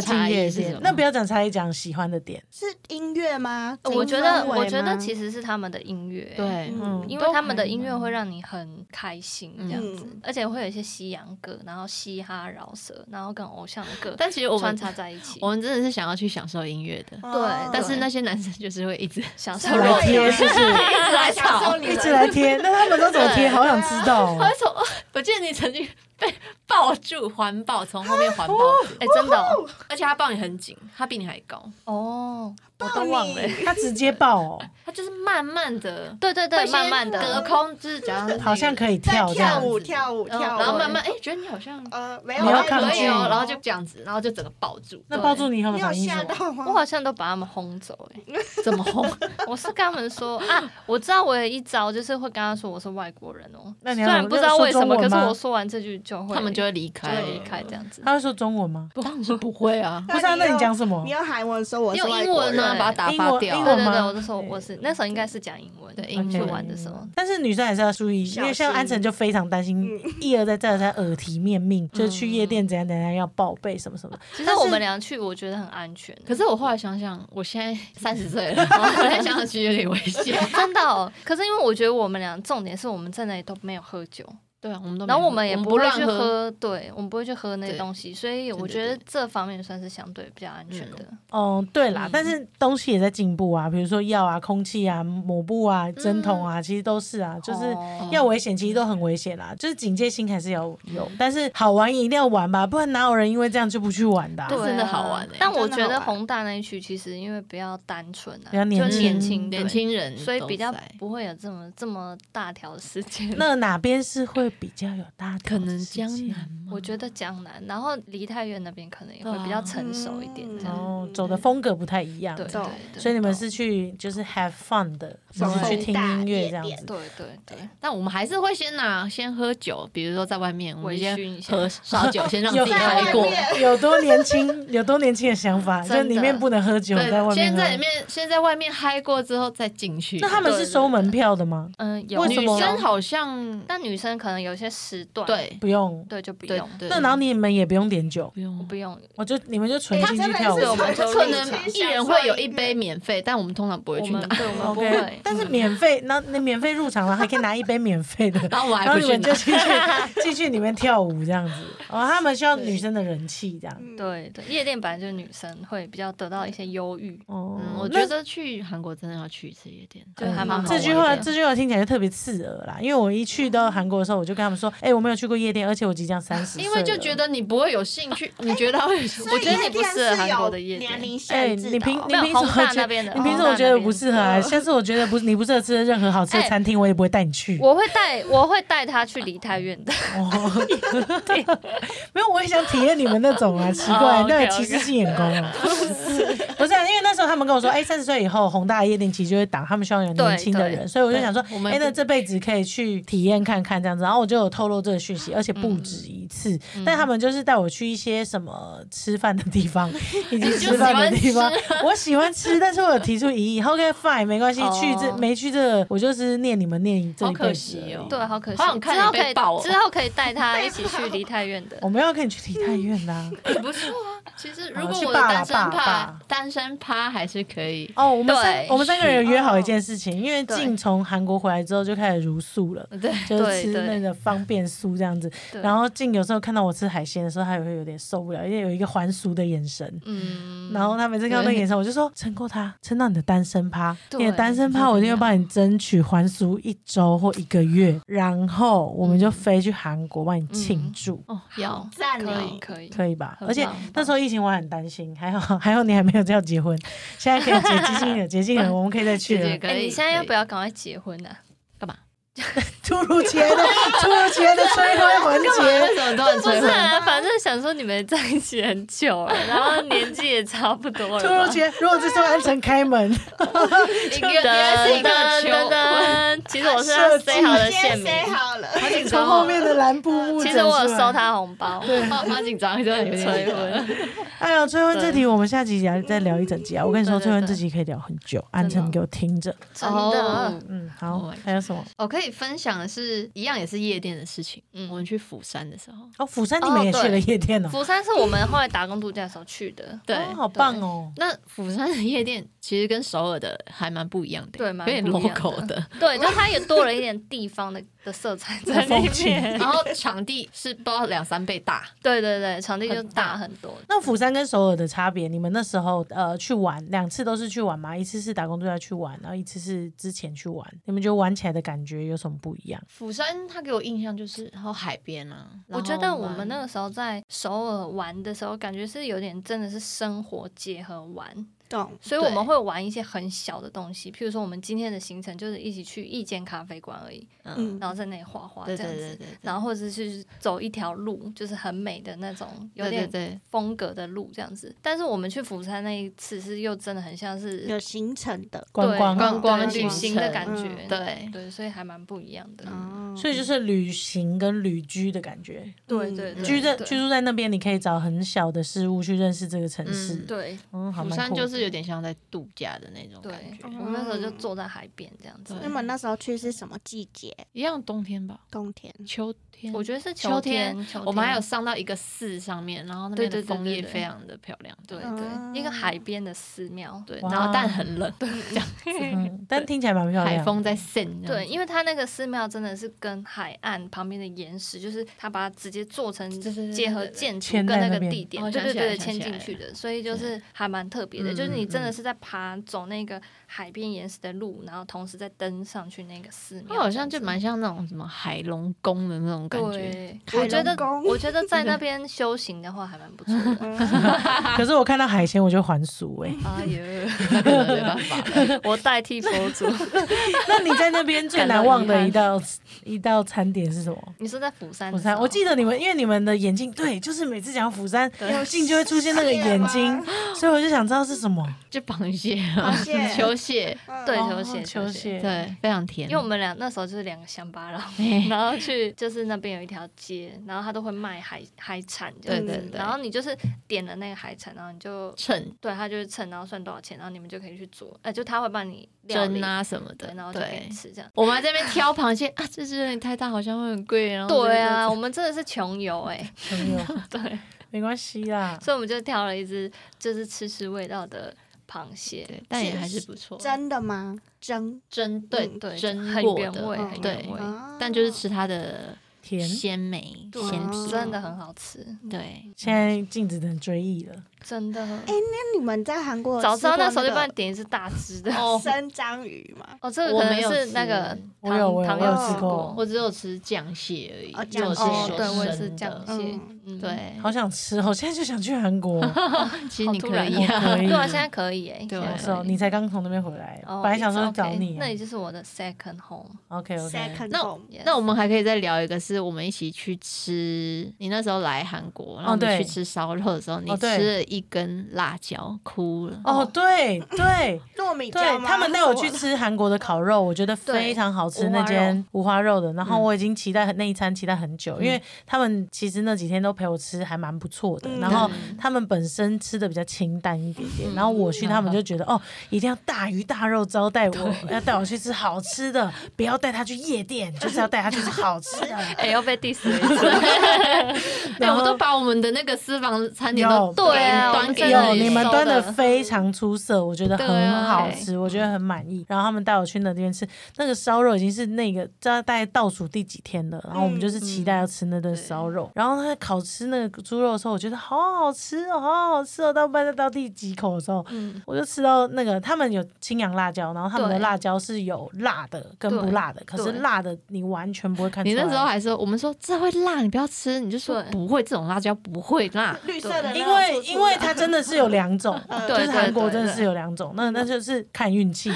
[SPEAKER 1] 踏
[SPEAKER 5] 进夜
[SPEAKER 1] 是什
[SPEAKER 5] 店
[SPEAKER 1] 么。？
[SPEAKER 5] 那不要讲差异，讲喜欢的点。
[SPEAKER 6] 是音乐吗？
[SPEAKER 3] 我觉得，我觉得
[SPEAKER 6] 实
[SPEAKER 3] 其实是他们的音乐，，
[SPEAKER 1] 对，
[SPEAKER 5] 嗯
[SPEAKER 3] 因为他们的音乐会让你很开心这样子，
[SPEAKER 6] 嗯
[SPEAKER 3] 而且会有一些西洋歌，然后嘻哈饶舌，然后跟偶像的歌
[SPEAKER 1] 但其实我
[SPEAKER 3] 穿
[SPEAKER 1] 们
[SPEAKER 3] 插在一起
[SPEAKER 1] 我。们真的是想要去享受音乐的，
[SPEAKER 5] 嗯
[SPEAKER 6] 哦
[SPEAKER 3] 对
[SPEAKER 1] 但是那些男生就是会一 直
[SPEAKER 3] 享受
[SPEAKER 6] 像我
[SPEAKER 3] 肉
[SPEAKER 5] 来
[SPEAKER 3] 体，
[SPEAKER 5] 贴 是不是？
[SPEAKER 6] 一直来吵，
[SPEAKER 5] 一直来贴，那他们都怎么贴？好想知道哦。
[SPEAKER 1] 他从 我记得你曾经被抱住环抱，从后面环抱住，
[SPEAKER 3] 哎，真的哦
[SPEAKER 1] 而且他抱你很紧，他比你还高，
[SPEAKER 3] 哦，我
[SPEAKER 6] 抱
[SPEAKER 3] 都
[SPEAKER 6] 你
[SPEAKER 3] 忘了。
[SPEAKER 5] 他直接爆哦，
[SPEAKER 1] 他就是慢慢的，
[SPEAKER 3] 对对对，慢慢
[SPEAKER 1] 隔
[SPEAKER 3] 的，
[SPEAKER 1] 空就是假装
[SPEAKER 5] 好像可以
[SPEAKER 6] 在
[SPEAKER 5] 跳这
[SPEAKER 6] 跳
[SPEAKER 5] 样。
[SPEAKER 6] 舞跳舞
[SPEAKER 1] 嗯
[SPEAKER 6] 跳舞，
[SPEAKER 1] 然后慢慢哎，觉得你好像
[SPEAKER 6] 呃没
[SPEAKER 5] 你
[SPEAKER 6] 有
[SPEAKER 5] 要
[SPEAKER 1] 好像
[SPEAKER 5] 抗
[SPEAKER 1] 可以
[SPEAKER 5] 拒
[SPEAKER 1] 哦，然后就这样子，然后就整个抱住，
[SPEAKER 5] 那抱住你以后的
[SPEAKER 6] 你有
[SPEAKER 5] 反应是
[SPEAKER 6] 吓
[SPEAKER 5] 什么？
[SPEAKER 6] 到吗？啊
[SPEAKER 3] 我好像都把他们轰走哎。
[SPEAKER 1] 怎么哄？
[SPEAKER 3] 我是跟他们说啊，我知道我有一招，就是会跟他说我是外国人哦。
[SPEAKER 5] 那你
[SPEAKER 3] 虽
[SPEAKER 5] 要
[SPEAKER 3] 然不知道为什么，
[SPEAKER 5] 说
[SPEAKER 3] 可
[SPEAKER 5] 中文
[SPEAKER 3] 是
[SPEAKER 5] 吗
[SPEAKER 3] 我说完这句就会，
[SPEAKER 1] 他们就会离
[SPEAKER 3] 就
[SPEAKER 1] 开，
[SPEAKER 3] 会离开这。样子。
[SPEAKER 5] 他会说中文吗？
[SPEAKER 1] 当然是不会啊，
[SPEAKER 5] 不是啊，那你
[SPEAKER 6] 要
[SPEAKER 5] 讲什么
[SPEAKER 6] 你？用韩文说我
[SPEAKER 1] 你
[SPEAKER 6] 是
[SPEAKER 1] 用
[SPEAKER 6] 外
[SPEAKER 1] 英
[SPEAKER 6] 国
[SPEAKER 1] 文
[SPEAKER 6] 人
[SPEAKER 1] 呢
[SPEAKER 3] 对
[SPEAKER 1] 把它打发掉
[SPEAKER 5] 英
[SPEAKER 3] 对
[SPEAKER 5] 文
[SPEAKER 3] 对
[SPEAKER 5] 吗
[SPEAKER 3] 对，我就说我是那时候应该是讲英文，
[SPEAKER 1] 对
[SPEAKER 3] 对，
[SPEAKER 1] 英文
[SPEAKER 3] 去玩的时候。
[SPEAKER 5] 但是女生还是要注意，因为像安晨就非常担心，
[SPEAKER 1] 嗯
[SPEAKER 5] 一而再再而三耳提面命，就是去夜店怎样怎样要报备什么什么。
[SPEAKER 3] 其实我们俩去，我觉得很安全。
[SPEAKER 1] 可是我后来想想，我现在三十岁了， 我现在想想其实有点危险。
[SPEAKER 3] 真的哦，可是因为我觉得我们俩重点是我们在那里都没有喝酒，
[SPEAKER 1] 对啊，我们都没
[SPEAKER 3] 然后
[SPEAKER 1] 有
[SPEAKER 3] 我们也
[SPEAKER 1] 不
[SPEAKER 3] 不会
[SPEAKER 1] 乱
[SPEAKER 3] 去
[SPEAKER 1] 喝，
[SPEAKER 3] 喝，对我们不会去喝那些
[SPEAKER 1] 对
[SPEAKER 3] 东西，所以我
[SPEAKER 1] 对对
[SPEAKER 3] 觉得
[SPEAKER 1] 对
[SPEAKER 3] 这方面算是相对比较安全
[SPEAKER 1] 啊
[SPEAKER 3] 的。
[SPEAKER 5] 哦，对啦
[SPEAKER 1] 嗯，
[SPEAKER 5] 但是东西也在进步啊，比如说药啊、空气啊、抹布
[SPEAKER 1] 嗯
[SPEAKER 5] 啊、针筒啊，其实都是啊，就是
[SPEAKER 3] 哦
[SPEAKER 5] 要危险，其实都很危险啦，就是警戒心还是要
[SPEAKER 1] 嗯
[SPEAKER 5] 有，但是好玩也一定要玩吧，不然哪有人因为这样就不去玩的啊、
[SPEAKER 1] 对
[SPEAKER 3] 啊
[SPEAKER 1] 真的好玩欸
[SPEAKER 3] 但我
[SPEAKER 6] 真的
[SPEAKER 3] 觉
[SPEAKER 6] 好
[SPEAKER 3] 得
[SPEAKER 6] 玩
[SPEAKER 3] 宏大那一区其实因为比较单纯啊，
[SPEAKER 5] 比较年
[SPEAKER 3] 就
[SPEAKER 5] 轻
[SPEAKER 3] 年轻
[SPEAKER 1] 年，轻人都
[SPEAKER 3] 对
[SPEAKER 1] 在，
[SPEAKER 3] 所以比较不会有这么这么大条的事件。
[SPEAKER 5] 那哪边是会比较有大条
[SPEAKER 1] 可能
[SPEAKER 5] 时
[SPEAKER 1] 江
[SPEAKER 5] 间
[SPEAKER 1] 南吗？
[SPEAKER 3] 我觉得江南，然后梨泰院那边可能也会
[SPEAKER 1] 对啊
[SPEAKER 3] 比较成熟一点，这样。
[SPEAKER 5] 哦，走的风格不太一样，
[SPEAKER 3] 对对
[SPEAKER 6] 懂
[SPEAKER 3] 对，
[SPEAKER 5] 所以你们是去就是 have fun 的，就
[SPEAKER 6] 走
[SPEAKER 5] 是去
[SPEAKER 6] 宏
[SPEAKER 5] 听
[SPEAKER 6] 大
[SPEAKER 5] 音乐
[SPEAKER 6] 夜
[SPEAKER 5] 这样
[SPEAKER 6] 店
[SPEAKER 5] 子。
[SPEAKER 3] 对对对，
[SPEAKER 1] 但我们还是会先拿先喝酒，比如说在外面，我们
[SPEAKER 3] 微
[SPEAKER 1] 先
[SPEAKER 3] 醺一下
[SPEAKER 1] 喝烧酒，先让自
[SPEAKER 5] 有
[SPEAKER 1] 己
[SPEAKER 6] 在
[SPEAKER 1] 嗨
[SPEAKER 6] 外
[SPEAKER 1] 过。
[SPEAKER 6] 面
[SPEAKER 5] 有多年轻，有多年轻的想法，就
[SPEAKER 3] 真的
[SPEAKER 5] 里面不能喝酒，在外
[SPEAKER 1] 对，
[SPEAKER 5] 面
[SPEAKER 1] 先
[SPEAKER 5] 喝。
[SPEAKER 1] 在里面，先在外面嗨过之后再进去。
[SPEAKER 5] 那他们是收门票的吗？
[SPEAKER 3] 嗯，有
[SPEAKER 5] 为什
[SPEAKER 1] 女
[SPEAKER 5] 么
[SPEAKER 1] 生好像
[SPEAKER 3] 但女生可能有些时段，
[SPEAKER 1] 对
[SPEAKER 5] 不用。
[SPEAKER 3] 对就不
[SPEAKER 1] 对
[SPEAKER 3] 用，
[SPEAKER 1] 对，
[SPEAKER 5] 那然后你们也不用点酒，
[SPEAKER 1] 不用
[SPEAKER 3] 不用，
[SPEAKER 5] 我就你们就纯
[SPEAKER 6] 哎
[SPEAKER 5] 进去
[SPEAKER 6] 真的
[SPEAKER 5] 跳舞
[SPEAKER 6] 是。
[SPEAKER 3] 我们
[SPEAKER 1] 可
[SPEAKER 3] 就
[SPEAKER 1] 能一人会有一杯免费，但我们通常不会
[SPEAKER 3] 我
[SPEAKER 1] 去拿，
[SPEAKER 3] 们，对我们不
[SPEAKER 5] OK，
[SPEAKER 3] 会，嗯
[SPEAKER 5] 但是免费，那那免费入场了，还可以拿一杯免费的
[SPEAKER 1] 然后我们
[SPEAKER 5] 然
[SPEAKER 1] 哦还不
[SPEAKER 5] 后你
[SPEAKER 1] 去
[SPEAKER 5] 们
[SPEAKER 1] 拿
[SPEAKER 5] 就。进去进去里面跳舞这样子。哦，他们需要女生的人气这样。
[SPEAKER 6] 嗯，
[SPEAKER 3] 对对，夜店本来就是女生会比较得到一些忧郁，
[SPEAKER 5] 哦
[SPEAKER 1] 嗯，我
[SPEAKER 5] 那
[SPEAKER 1] 觉得去韩国真的要去一次夜店，嗯
[SPEAKER 3] 就还蛮好玩的
[SPEAKER 5] 嗯这句话，这句话听起来就特别刺耳啦，因为我一去到韩国的时候，我就跟他们说，哎、我没有去过夜店，而且我即将三十岁了，
[SPEAKER 1] 因为就觉得你不会有兴趣，你觉得会，
[SPEAKER 6] 所以
[SPEAKER 1] 我觉得
[SPEAKER 3] 得你
[SPEAKER 6] 夜
[SPEAKER 3] 不
[SPEAKER 6] 店
[SPEAKER 3] 适合
[SPEAKER 6] 是
[SPEAKER 3] 韩国
[SPEAKER 6] 有
[SPEAKER 3] 的夜店
[SPEAKER 6] 年龄
[SPEAKER 5] 哎、
[SPEAKER 6] 限制的
[SPEAKER 5] 你凭
[SPEAKER 6] 哦
[SPEAKER 5] 你
[SPEAKER 3] 没有
[SPEAKER 5] 凭什
[SPEAKER 3] 宏大
[SPEAKER 5] 么觉
[SPEAKER 3] 那
[SPEAKER 5] 得？
[SPEAKER 3] 边的
[SPEAKER 5] 你凭
[SPEAKER 3] 宏
[SPEAKER 5] 什么
[SPEAKER 3] 大
[SPEAKER 5] 觉
[SPEAKER 3] 那
[SPEAKER 5] 得
[SPEAKER 3] 边
[SPEAKER 5] 不适合啊？下次我觉得不是你不适合吃的任何好吃的
[SPEAKER 3] 哎
[SPEAKER 5] 餐厅，我也不会带你去。
[SPEAKER 3] 我会带我会带她去梨泰院的，
[SPEAKER 5] 哦，没有，我也想体验你们那种啊，奇怪，
[SPEAKER 3] 哦
[SPEAKER 5] 那有歧
[SPEAKER 3] OK，OK
[SPEAKER 5] 视性眼光啊。 不是啊，因为那时候他们跟我说，哎，三十岁以后宏大的夜店其实就会挡，他们希望有年轻的
[SPEAKER 3] 对
[SPEAKER 5] 人，
[SPEAKER 3] 对
[SPEAKER 5] 所以我就想说
[SPEAKER 1] 对我，们
[SPEAKER 5] 哎，那这辈子可以去体验看看这样子。然后我就有透露这个讯息，而且不止一次。但他们就是带我去一些什么吃饭的地方，以及吃饭的地方。 我喜欢吃，但是我有提出疑义。OK fine，没关系，
[SPEAKER 3] 哦
[SPEAKER 5] 去这没去这，我就是念你们念这一
[SPEAKER 1] 好可
[SPEAKER 5] 辈子
[SPEAKER 1] 惜
[SPEAKER 5] 而已
[SPEAKER 1] 哦。
[SPEAKER 3] 对，好可惜，
[SPEAKER 1] 好想看
[SPEAKER 3] 之后
[SPEAKER 1] 你
[SPEAKER 3] 可
[SPEAKER 1] 被
[SPEAKER 3] 以
[SPEAKER 1] 爆哦
[SPEAKER 3] 之后可以带她一起去梨泰院的，
[SPEAKER 5] 我们要跟你去体态院啦、
[SPEAKER 1] 不错啊。其实如
[SPEAKER 5] 好
[SPEAKER 1] 果
[SPEAKER 5] 去
[SPEAKER 1] 我的
[SPEAKER 5] 霸
[SPEAKER 1] 单
[SPEAKER 5] 啦
[SPEAKER 1] 身
[SPEAKER 5] 霸
[SPEAKER 1] 趴
[SPEAKER 5] 霸，
[SPEAKER 1] 单身趴还是可以。
[SPEAKER 5] 哦，我们三
[SPEAKER 3] 对
[SPEAKER 5] 我们三个人有约好
[SPEAKER 6] 是
[SPEAKER 5] 一件事情，因为
[SPEAKER 3] 对
[SPEAKER 5] 静从韩国回来之后就开始茹素了，
[SPEAKER 1] 对，
[SPEAKER 5] 就是吃
[SPEAKER 3] 对对
[SPEAKER 5] 那个方便酥这样子。
[SPEAKER 3] 对
[SPEAKER 5] 然后静有时候看到我吃海鲜的时候，她也会有点受不了，因为有一个还俗的眼神。
[SPEAKER 3] 嗯，
[SPEAKER 5] 然后她每次看到那个
[SPEAKER 1] 对
[SPEAKER 5] 眼神，我就说撑过她，撑到你的单身趴，
[SPEAKER 3] 对
[SPEAKER 5] 你的单身趴我一定会帮你争取还俗一周或一个月，
[SPEAKER 3] 嗯
[SPEAKER 5] 然后我们就飞去韩国帮你庆祝，
[SPEAKER 1] 哦，要
[SPEAKER 6] 赞
[SPEAKER 3] 可以
[SPEAKER 6] 哦，
[SPEAKER 3] 可以，
[SPEAKER 5] 可以吧？
[SPEAKER 3] 嗯很棒
[SPEAKER 5] 而且
[SPEAKER 3] 很
[SPEAKER 5] 那时候疫情我很担心，还好还好你还没有要结婚，现在可以 结接近了，接近了，我们可以再去
[SPEAKER 1] 姐
[SPEAKER 5] 了
[SPEAKER 1] 姐。可
[SPEAKER 3] 哎，
[SPEAKER 1] 以。
[SPEAKER 3] 你现在要不
[SPEAKER 1] 要
[SPEAKER 3] 要赶快结婚啊？
[SPEAKER 1] 干嘛？
[SPEAKER 5] 突如其来 的、突如其来的催婚环节。
[SPEAKER 1] 为什么突然
[SPEAKER 3] 不
[SPEAKER 1] 催
[SPEAKER 3] 是、
[SPEAKER 1] 婚？
[SPEAKER 3] 啊， 反正想说你们在一起很久了，然后年纪也差不多了
[SPEAKER 5] 突如
[SPEAKER 3] 吧。
[SPEAKER 5] 其来，如果这时候安城开门，
[SPEAKER 1] 一个原来是一个球，
[SPEAKER 3] 噔， 其实我是他塞好的线
[SPEAKER 6] 先
[SPEAKER 3] 名，
[SPEAKER 6] 塞好了，
[SPEAKER 1] 好紧
[SPEAKER 5] 从
[SPEAKER 1] 张
[SPEAKER 5] 后
[SPEAKER 1] 哦，
[SPEAKER 5] 面的蓝布幕
[SPEAKER 3] 其实我
[SPEAKER 5] 展
[SPEAKER 3] 有
[SPEAKER 5] 出来
[SPEAKER 3] 收。他红包。
[SPEAKER 1] 好紧张，真的有点
[SPEAKER 3] 催
[SPEAKER 1] 紧张
[SPEAKER 3] 婚，
[SPEAKER 5] 哎呀，催婚这题我们下集聊再聊一整集啊！我跟你说，
[SPEAKER 3] 对对
[SPEAKER 5] 催婚
[SPEAKER 3] 对
[SPEAKER 5] 这集可以聊很久，安
[SPEAKER 3] 真的
[SPEAKER 5] 城给我听着。
[SPEAKER 3] 真
[SPEAKER 1] 哦
[SPEAKER 3] 的，
[SPEAKER 5] 嗯，好
[SPEAKER 1] Oh my，God
[SPEAKER 5] 还有什么？
[SPEAKER 1] 我可以分享的是，一样也是夜店的事情。嗯，我们去釜山的时候，
[SPEAKER 5] 哦，釜山你们也去了夜店哦，
[SPEAKER 3] 釜山是我们后来打工度假的时候去的，
[SPEAKER 1] 对，
[SPEAKER 5] 哦好棒哦！
[SPEAKER 1] 那釜山的夜店其实跟首尔的还蛮不一样的，
[SPEAKER 3] 对
[SPEAKER 1] 有
[SPEAKER 3] 蛮
[SPEAKER 1] 点
[SPEAKER 3] 不一样
[SPEAKER 1] local 的。
[SPEAKER 3] 对，就它也多了一点地方的的色彩在里
[SPEAKER 5] 风情
[SPEAKER 3] 面。
[SPEAKER 1] 然后场地是不知道两三倍大，
[SPEAKER 3] 对对对，场地就
[SPEAKER 1] 很大
[SPEAKER 3] 大很多。
[SPEAKER 5] 那釜山跟首尔的差别，你们那时候呃去玩两次都是去玩吗？一次是打工度假去玩，然后一次是之前去玩。你们觉得玩起来的感觉有什么不一样？
[SPEAKER 1] 釜山它给我印象就是，然后海边啊，
[SPEAKER 3] 我觉
[SPEAKER 1] 然
[SPEAKER 3] 得
[SPEAKER 1] 后
[SPEAKER 3] 我
[SPEAKER 1] 玩
[SPEAKER 3] 们那个时候在首尔玩的时候，感觉是有点真的是生活结合玩，
[SPEAKER 6] 懂？
[SPEAKER 3] 所以我
[SPEAKER 1] 对
[SPEAKER 3] 们会玩一些很小的东西，譬如说我们今天的行程就是一起去一间咖啡馆而已，
[SPEAKER 1] 嗯，
[SPEAKER 6] 嗯，
[SPEAKER 3] 然后在那里画画这
[SPEAKER 1] 对对
[SPEAKER 3] 样
[SPEAKER 1] 对对
[SPEAKER 3] 子，
[SPEAKER 1] 对，
[SPEAKER 3] 然后或者是去走一条路，就是很美的那种，有点
[SPEAKER 1] 对对
[SPEAKER 3] 风格的路这样子。但是我们去釜山那一次是又真的很像是
[SPEAKER 6] 有行程的
[SPEAKER 5] 观光
[SPEAKER 1] 观光
[SPEAKER 6] 旅
[SPEAKER 3] 对旅行的
[SPEAKER 1] 程
[SPEAKER 3] 感觉，
[SPEAKER 6] 嗯
[SPEAKER 1] 对
[SPEAKER 3] 对，所以还蛮不一样的。
[SPEAKER 6] 哦，
[SPEAKER 5] 所以
[SPEAKER 1] 嗯
[SPEAKER 5] 就是旅行跟旅居的感觉，
[SPEAKER 3] 对对对，
[SPEAKER 5] 居在
[SPEAKER 3] 对
[SPEAKER 5] 居住在那边，你可以找很小的事物去认识这个城市。
[SPEAKER 3] 对
[SPEAKER 5] 嗯，好
[SPEAKER 1] 釜
[SPEAKER 5] 蛮
[SPEAKER 1] 山
[SPEAKER 5] 酷的
[SPEAKER 1] 就是有点像在度假的那种
[SPEAKER 3] 对
[SPEAKER 1] 感，觉，
[SPEAKER 3] 我们那时候就坐在海边这样子
[SPEAKER 1] 对。
[SPEAKER 6] 那么那时候去是什么季节？
[SPEAKER 1] 一样冬天吧，
[SPEAKER 6] 冬天。
[SPEAKER 1] 秋天，
[SPEAKER 3] 我觉得是
[SPEAKER 1] 秋
[SPEAKER 3] 天，秋
[SPEAKER 1] 我们还有
[SPEAKER 3] 天啊
[SPEAKER 1] 上到一个寺上面，然后那边的
[SPEAKER 3] 对对对
[SPEAKER 1] 枫叶
[SPEAKER 3] 对对
[SPEAKER 1] 非常的漂亮，
[SPEAKER 3] 对
[SPEAKER 6] 嗯
[SPEAKER 3] 对一个海边的寺庙，
[SPEAKER 1] 对，
[SPEAKER 5] 哇
[SPEAKER 1] 然后但很冷，这样
[SPEAKER 5] 嗯，但听起来蛮漂亮。
[SPEAKER 1] 海风在渗，
[SPEAKER 3] 对，
[SPEAKER 1] 为
[SPEAKER 3] 因为它那个寺庙真的是跟海岸旁边的岩石，就是它把它直接做成
[SPEAKER 1] 对对对
[SPEAKER 3] 结合
[SPEAKER 1] 对对
[SPEAKER 3] 建筑
[SPEAKER 5] 牵
[SPEAKER 3] 跟
[SPEAKER 5] 在
[SPEAKER 3] 那
[SPEAKER 5] 那
[SPEAKER 3] 个
[SPEAKER 5] 边
[SPEAKER 3] 地点
[SPEAKER 1] 哦，
[SPEAKER 3] 对
[SPEAKER 1] 想
[SPEAKER 3] 对
[SPEAKER 1] 起来
[SPEAKER 3] 对，
[SPEAKER 1] 想
[SPEAKER 3] 牵
[SPEAKER 1] 起
[SPEAKER 3] 进
[SPEAKER 1] 来
[SPEAKER 3] 去的，所以就是还蛮特别的，
[SPEAKER 1] 嗯
[SPEAKER 3] 就是你
[SPEAKER 1] 嗯
[SPEAKER 3] 真的
[SPEAKER 1] 嗯
[SPEAKER 3] 是在爬走那个海边岩石的路，然后同时再登上去那个寺
[SPEAKER 1] 它
[SPEAKER 3] 庙，
[SPEAKER 1] 好像就蛮像那种什么海龙宫的那种感觉，
[SPEAKER 3] 对，我
[SPEAKER 6] 海
[SPEAKER 3] 觉得
[SPEAKER 6] 龙宫嗯
[SPEAKER 3] 我觉得 在那边修行的话还蛮不错的
[SPEAKER 5] 可是我看到海鲜我就还俗 哎、
[SPEAKER 3] 哎呦，
[SPEAKER 1] 那可能没办法 了。
[SPEAKER 3] 我代替佛祖，
[SPEAKER 5] 那你在那边最难忘的一道一道餐点是什么？
[SPEAKER 3] 你说在釜山的
[SPEAKER 5] 釜
[SPEAKER 3] 时候？
[SPEAKER 5] 山，我记得你们因为你们的眼睛，对，就是每次讲釜山
[SPEAKER 3] 对
[SPEAKER 5] 进就会出现那
[SPEAKER 1] 啊
[SPEAKER 5] 个眼睛， 所以我就想知道是什么。
[SPEAKER 1] 就螃蟹啊、
[SPEAKER 6] 螃蟹
[SPEAKER 1] 球 蟹，
[SPEAKER 3] 对
[SPEAKER 5] 哦
[SPEAKER 3] 球鞋
[SPEAKER 5] 球
[SPEAKER 3] 球
[SPEAKER 5] 鞋
[SPEAKER 3] 鞋，
[SPEAKER 1] 对，非常甜。
[SPEAKER 3] 因为我们俩那时候就是两个乡巴佬，
[SPEAKER 1] 哎
[SPEAKER 3] 然后去就是那边有一条街，然后他都会卖海海产这样
[SPEAKER 1] 对
[SPEAKER 3] 子，
[SPEAKER 1] 对对，
[SPEAKER 3] 然后你就是点了那个海产，然后你就
[SPEAKER 1] 称
[SPEAKER 3] 对他就是称，然后算多少钱，然后你们就可以去做，哎、就他会帮你料理
[SPEAKER 1] 蒸，啊什么的
[SPEAKER 3] 对，然后，就可以
[SPEAKER 1] 对。
[SPEAKER 3] 吃这样。
[SPEAKER 1] 我们还在那边挑螃蟹啊，这只有点太大，好像会很贵。然后
[SPEAKER 3] 对啊，我们真的是穷游哎、
[SPEAKER 5] 朋友，
[SPEAKER 3] 对，
[SPEAKER 5] 没关系啦。
[SPEAKER 3] 所以我们就挑了一只就是吃吃味道的螃蟹
[SPEAKER 1] 就，对，但也还是不错。
[SPEAKER 6] 真的吗？蒸
[SPEAKER 1] 蒸对
[SPEAKER 6] 嗯
[SPEAKER 3] 对，
[SPEAKER 1] 蒸
[SPEAKER 3] 很
[SPEAKER 1] 过
[SPEAKER 3] 原
[SPEAKER 1] 的
[SPEAKER 3] 味，
[SPEAKER 6] 嗯
[SPEAKER 3] 很
[SPEAKER 1] 对
[SPEAKER 3] 原味，
[SPEAKER 6] 啊
[SPEAKER 1] 但就是吃它
[SPEAKER 5] 啊
[SPEAKER 1] 的
[SPEAKER 5] 甜，
[SPEAKER 1] 鲜美
[SPEAKER 3] 对
[SPEAKER 1] 鲜
[SPEAKER 6] 啊
[SPEAKER 1] 皮，
[SPEAKER 3] 真的很好吃，
[SPEAKER 1] 对。
[SPEAKER 5] 现在禁止人追忆了。
[SPEAKER 3] 真的。
[SPEAKER 6] 那你们在韩国
[SPEAKER 3] 早知道那时候就帮
[SPEAKER 6] 办
[SPEAKER 3] 你点一只大只的。
[SPEAKER 1] 哦
[SPEAKER 6] 生章鱼嘛？
[SPEAKER 3] 哦，这个
[SPEAKER 1] 我
[SPEAKER 3] 可
[SPEAKER 1] 没
[SPEAKER 3] 能
[SPEAKER 1] 有
[SPEAKER 3] 是那
[SPEAKER 1] 吃
[SPEAKER 3] 个
[SPEAKER 5] 我
[SPEAKER 3] 糖
[SPEAKER 5] 有我有
[SPEAKER 3] 糖
[SPEAKER 5] 我
[SPEAKER 6] 有
[SPEAKER 3] 有
[SPEAKER 6] 吃
[SPEAKER 3] 吃
[SPEAKER 5] 过
[SPEAKER 1] 我只有吃酱蟹而已，
[SPEAKER 6] 哦
[SPEAKER 1] 因为我是
[SPEAKER 6] 酱
[SPEAKER 1] 学
[SPEAKER 6] 蟹
[SPEAKER 3] 哦，对，我也是
[SPEAKER 1] 生
[SPEAKER 3] 酱
[SPEAKER 1] 的
[SPEAKER 3] 蟹
[SPEAKER 6] 嗯，
[SPEAKER 3] 嗯，
[SPEAKER 1] 对，
[SPEAKER 5] 好想吃哦！我现在就想去 韩国。
[SPEAKER 1] 其实
[SPEAKER 3] 好
[SPEAKER 1] 你
[SPEAKER 3] 突
[SPEAKER 1] 可
[SPEAKER 3] 然
[SPEAKER 1] 以啊，
[SPEAKER 5] 我可以
[SPEAKER 3] 对啊，现在可以哎，
[SPEAKER 1] 对
[SPEAKER 3] 现
[SPEAKER 1] 啊
[SPEAKER 3] 在
[SPEAKER 5] 我
[SPEAKER 1] 是
[SPEAKER 5] 是哦，
[SPEAKER 3] 可以
[SPEAKER 5] 你才刚从那边回来，
[SPEAKER 3] 哦
[SPEAKER 5] 本来想
[SPEAKER 3] it's
[SPEAKER 5] 说
[SPEAKER 3] okay，
[SPEAKER 5] 找你啊。
[SPEAKER 3] 那里就是我的 second home，
[SPEAKER 5] OK OK。
[SPEAKER 6] Second
[SPEAKER 1] 那
[SPEAKER 6] home
[SPEAKER 1] 那我们还可以再聊一个，是我们一起去吃。你那时候来韩国，然后我们
[SPEAKER 5] 哦对
[SPEAKER 1] 去吃烧肉的时候，你
[SPEAKER 5] 哦
[SPEAKER 1] 吃
[SPEAKER 5] 对
[SPEAKER 1] 了一根辣椒，哭了。
[SPEAKER 5] 哦，对对
[SPEAKER 6] 糯米
[SPEAKER 5] 对
[SPEAKER 6] 椒，吗
[SPEAKER 5] 他们带我去吃韩国的烤肉，我觉得非常好吃
[SPEAKER 3] 对
[SPEAKER 5] 那间五花肉的。然后我已经期待那一餐期待很久，因为他们其实那几天都陪我吃，还蛮不错的。
[SPEAKER 6] 嗯
[SPEAKER 5] 然后他们本身吃的比较清淡一点点，然后我去他们就觉得哦，一定要大鱼大肉招待我，要带我去吃好吃的，不要带他去夜店，就是要带他去吃好吃的。
[SPEAKER 3] 哎，又被 diss 了一次，
[SPEAKER 1] 哎、
[SPEAKER 5] 然
[SPEAKER 1] 我都
[SPEAKER 5] 后
[SPEAKER 1] 把我们的那个私房餐点
[SPEAKER 5] 有
[SPEAKER 1] 都
[SPEAKER 3] 对啊
[SPEAKER 1] 端给
[SPEAKER 3] 真
[SPEAKER 5] 有
[SPEAKER 3] 的
[SPEAKER 5] 你
[SPEAKER 1] 你
[SPEAKER 5] 们
[SPEAKER 3] 收
[SPEAKER 5] 端的
[SPEAKER 3] 的
[SPEAKER 5] 非常出色，我觉得
[SPEAKER 1] 对
[SPEAKER 5] 很
[SPEAKER 1] 啊
[SPEAKER 5] 好吃，我觉得很满意。然后他们带我去那边吃那个烧肉，已经是那个大概倒数第几天了。然后我们就是期待要吃那顿烧肉。
[SPEAKER 3] 嗯
[SPEAKER 5] 然后他烤吃那个猪肉的时候，我觉得好好吃哦，好好吃哦。到不知道第几口的时候，
[SPEAKER 3] 嗯，
[SPEAKER 5] 我就吃到那个他们有青阳辣椒，然后他们的
[SPEAKER 3] 对
[SPEAKER 5] 辣椒是有辣的跟不
[SPEAKER 3] 对
[SPEAKER 5] 辣的，可是
[SPEAKER 3] 对
[SPEAKER 5] 辣的你完全不会看出
[SPEAKER 1] 你
[SPEAKER 5] 来。
[SPEAKER 1] 那时候还说，我们说这会辣，你不要吃，你就说
[SPEAKER 3] 对
[SPEAKER 1] 不会，这种辣椒不会辣。
[SPEAKER 6] 绿色的那
[SPEAKER 5] 因
[SPEAKER 6] 种
[SPEAKER 5] 为
[SPEAKER 6] 醋醋
[SPEAKER 5] 因为它真的是有两 种，
[SPEAKER 6] 嗯
[SPEAKER 5] 就是
[SPEAKER 3] 对
[SPEAKER 5] 韩国
[SPEAKER 3] 对
[SPEAKER 5] 真的是有两种，那那就是看运 气。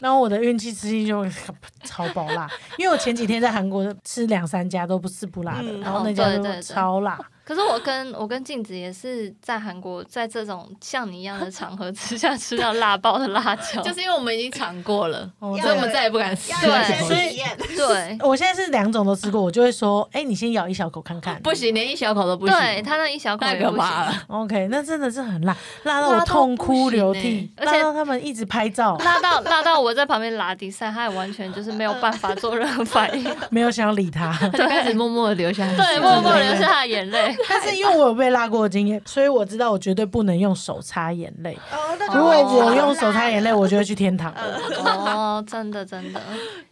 [SPEAKER 5] 然后我的运气吃进去就 超爆辣，因为我前几天在韩国吃两三家都不是不辣的，
[SPEAKER 6] 嗯
[SPEAKER 5] 然后那
[SPEAKER 3] 哦
[SPEAKER 5] 家
[SPEAKER 3] 对
[SPEAKER 5] 就
[SPEAKER 3] 对对
[SPEAKER 5] 超 辣。
[SPEAKER 3] 可是我跟我跟镜子也是在韩国，在这种像你一样的场合之下吃到辣爆的辣 椒，
[SPEAKER 1] 就是因为我们已经尝过 了，
[SPEAKER 5] 哦
[SPEAKER 1] 所以
[SPEAKER 5] 对
[SPEAKER 1] 我们再也不敢吃。
[SPEAKER 6] 要有一
[SPEAKER 5] 所
[SPEAKER 6] 些
[SPEAKER 5] 以
[SPEAKER 6] 体验，
[SPEAKER 3] 对
[SPEAKER 5] 我现在是两种都吃过，我就会说，哎、你先咬一小口看看。
[SPEAKER 1] 不行，连一小口都不行。
[SPEAKER 3] 对，他那一小口
[SPEAKER 1] 太
[SPEAKER 3] 也
[SPEAKER 1] 可
[SPEAKER 3] 不
[SPEAKER 1] 怕
[SPEAKER 3] 行，
[SPEAKER 1] 了。
[SPEAKER 5] OK，那真的是很辣，辣到
[SPEAKER 3] 辣
[SPEAKER 5] 我
[SPEAKER 3] 到
[SPEAKER 5] 痛
[SPEAKER 3] 不
[SPEAKER 5] 哭
[SPEAKER 3] 行
[SPEAKER 5] 流
[SPEAKER 3] 欸
[SPEAKER 5] 涕，
[SPEAKER 3] 而
[SPEAKER 5] 辣
[SPEAKER 3] 且
[SPEAKER 5] 到他们一直拍照，
[SPEAKER 3] 辣到辣到我在旁边拉迪赛，他也完全就是没有办法做任何反应，
[SPEAKER 5] 没有想要理他。
[SPEAKER 1] 他就开始默默的流下汗水
[SPEAKER 3] 对，默默流下他的眼泪。
[SPEAKER 5] 但是因为我有被辣过的经验，所以我知道我绝对不能用手擦眼泪。
[SPEAKER 6] 哦，那就
[SPEAKER 5] 如果我用
[SPEAKER 6] 超
[SPEAKER 5] 手擦
[SPEAKER 6] 辣
[SPEAKER 5] 眼泪，我就会去天堂了。
[SPEAKER 3] 哦，真的真的，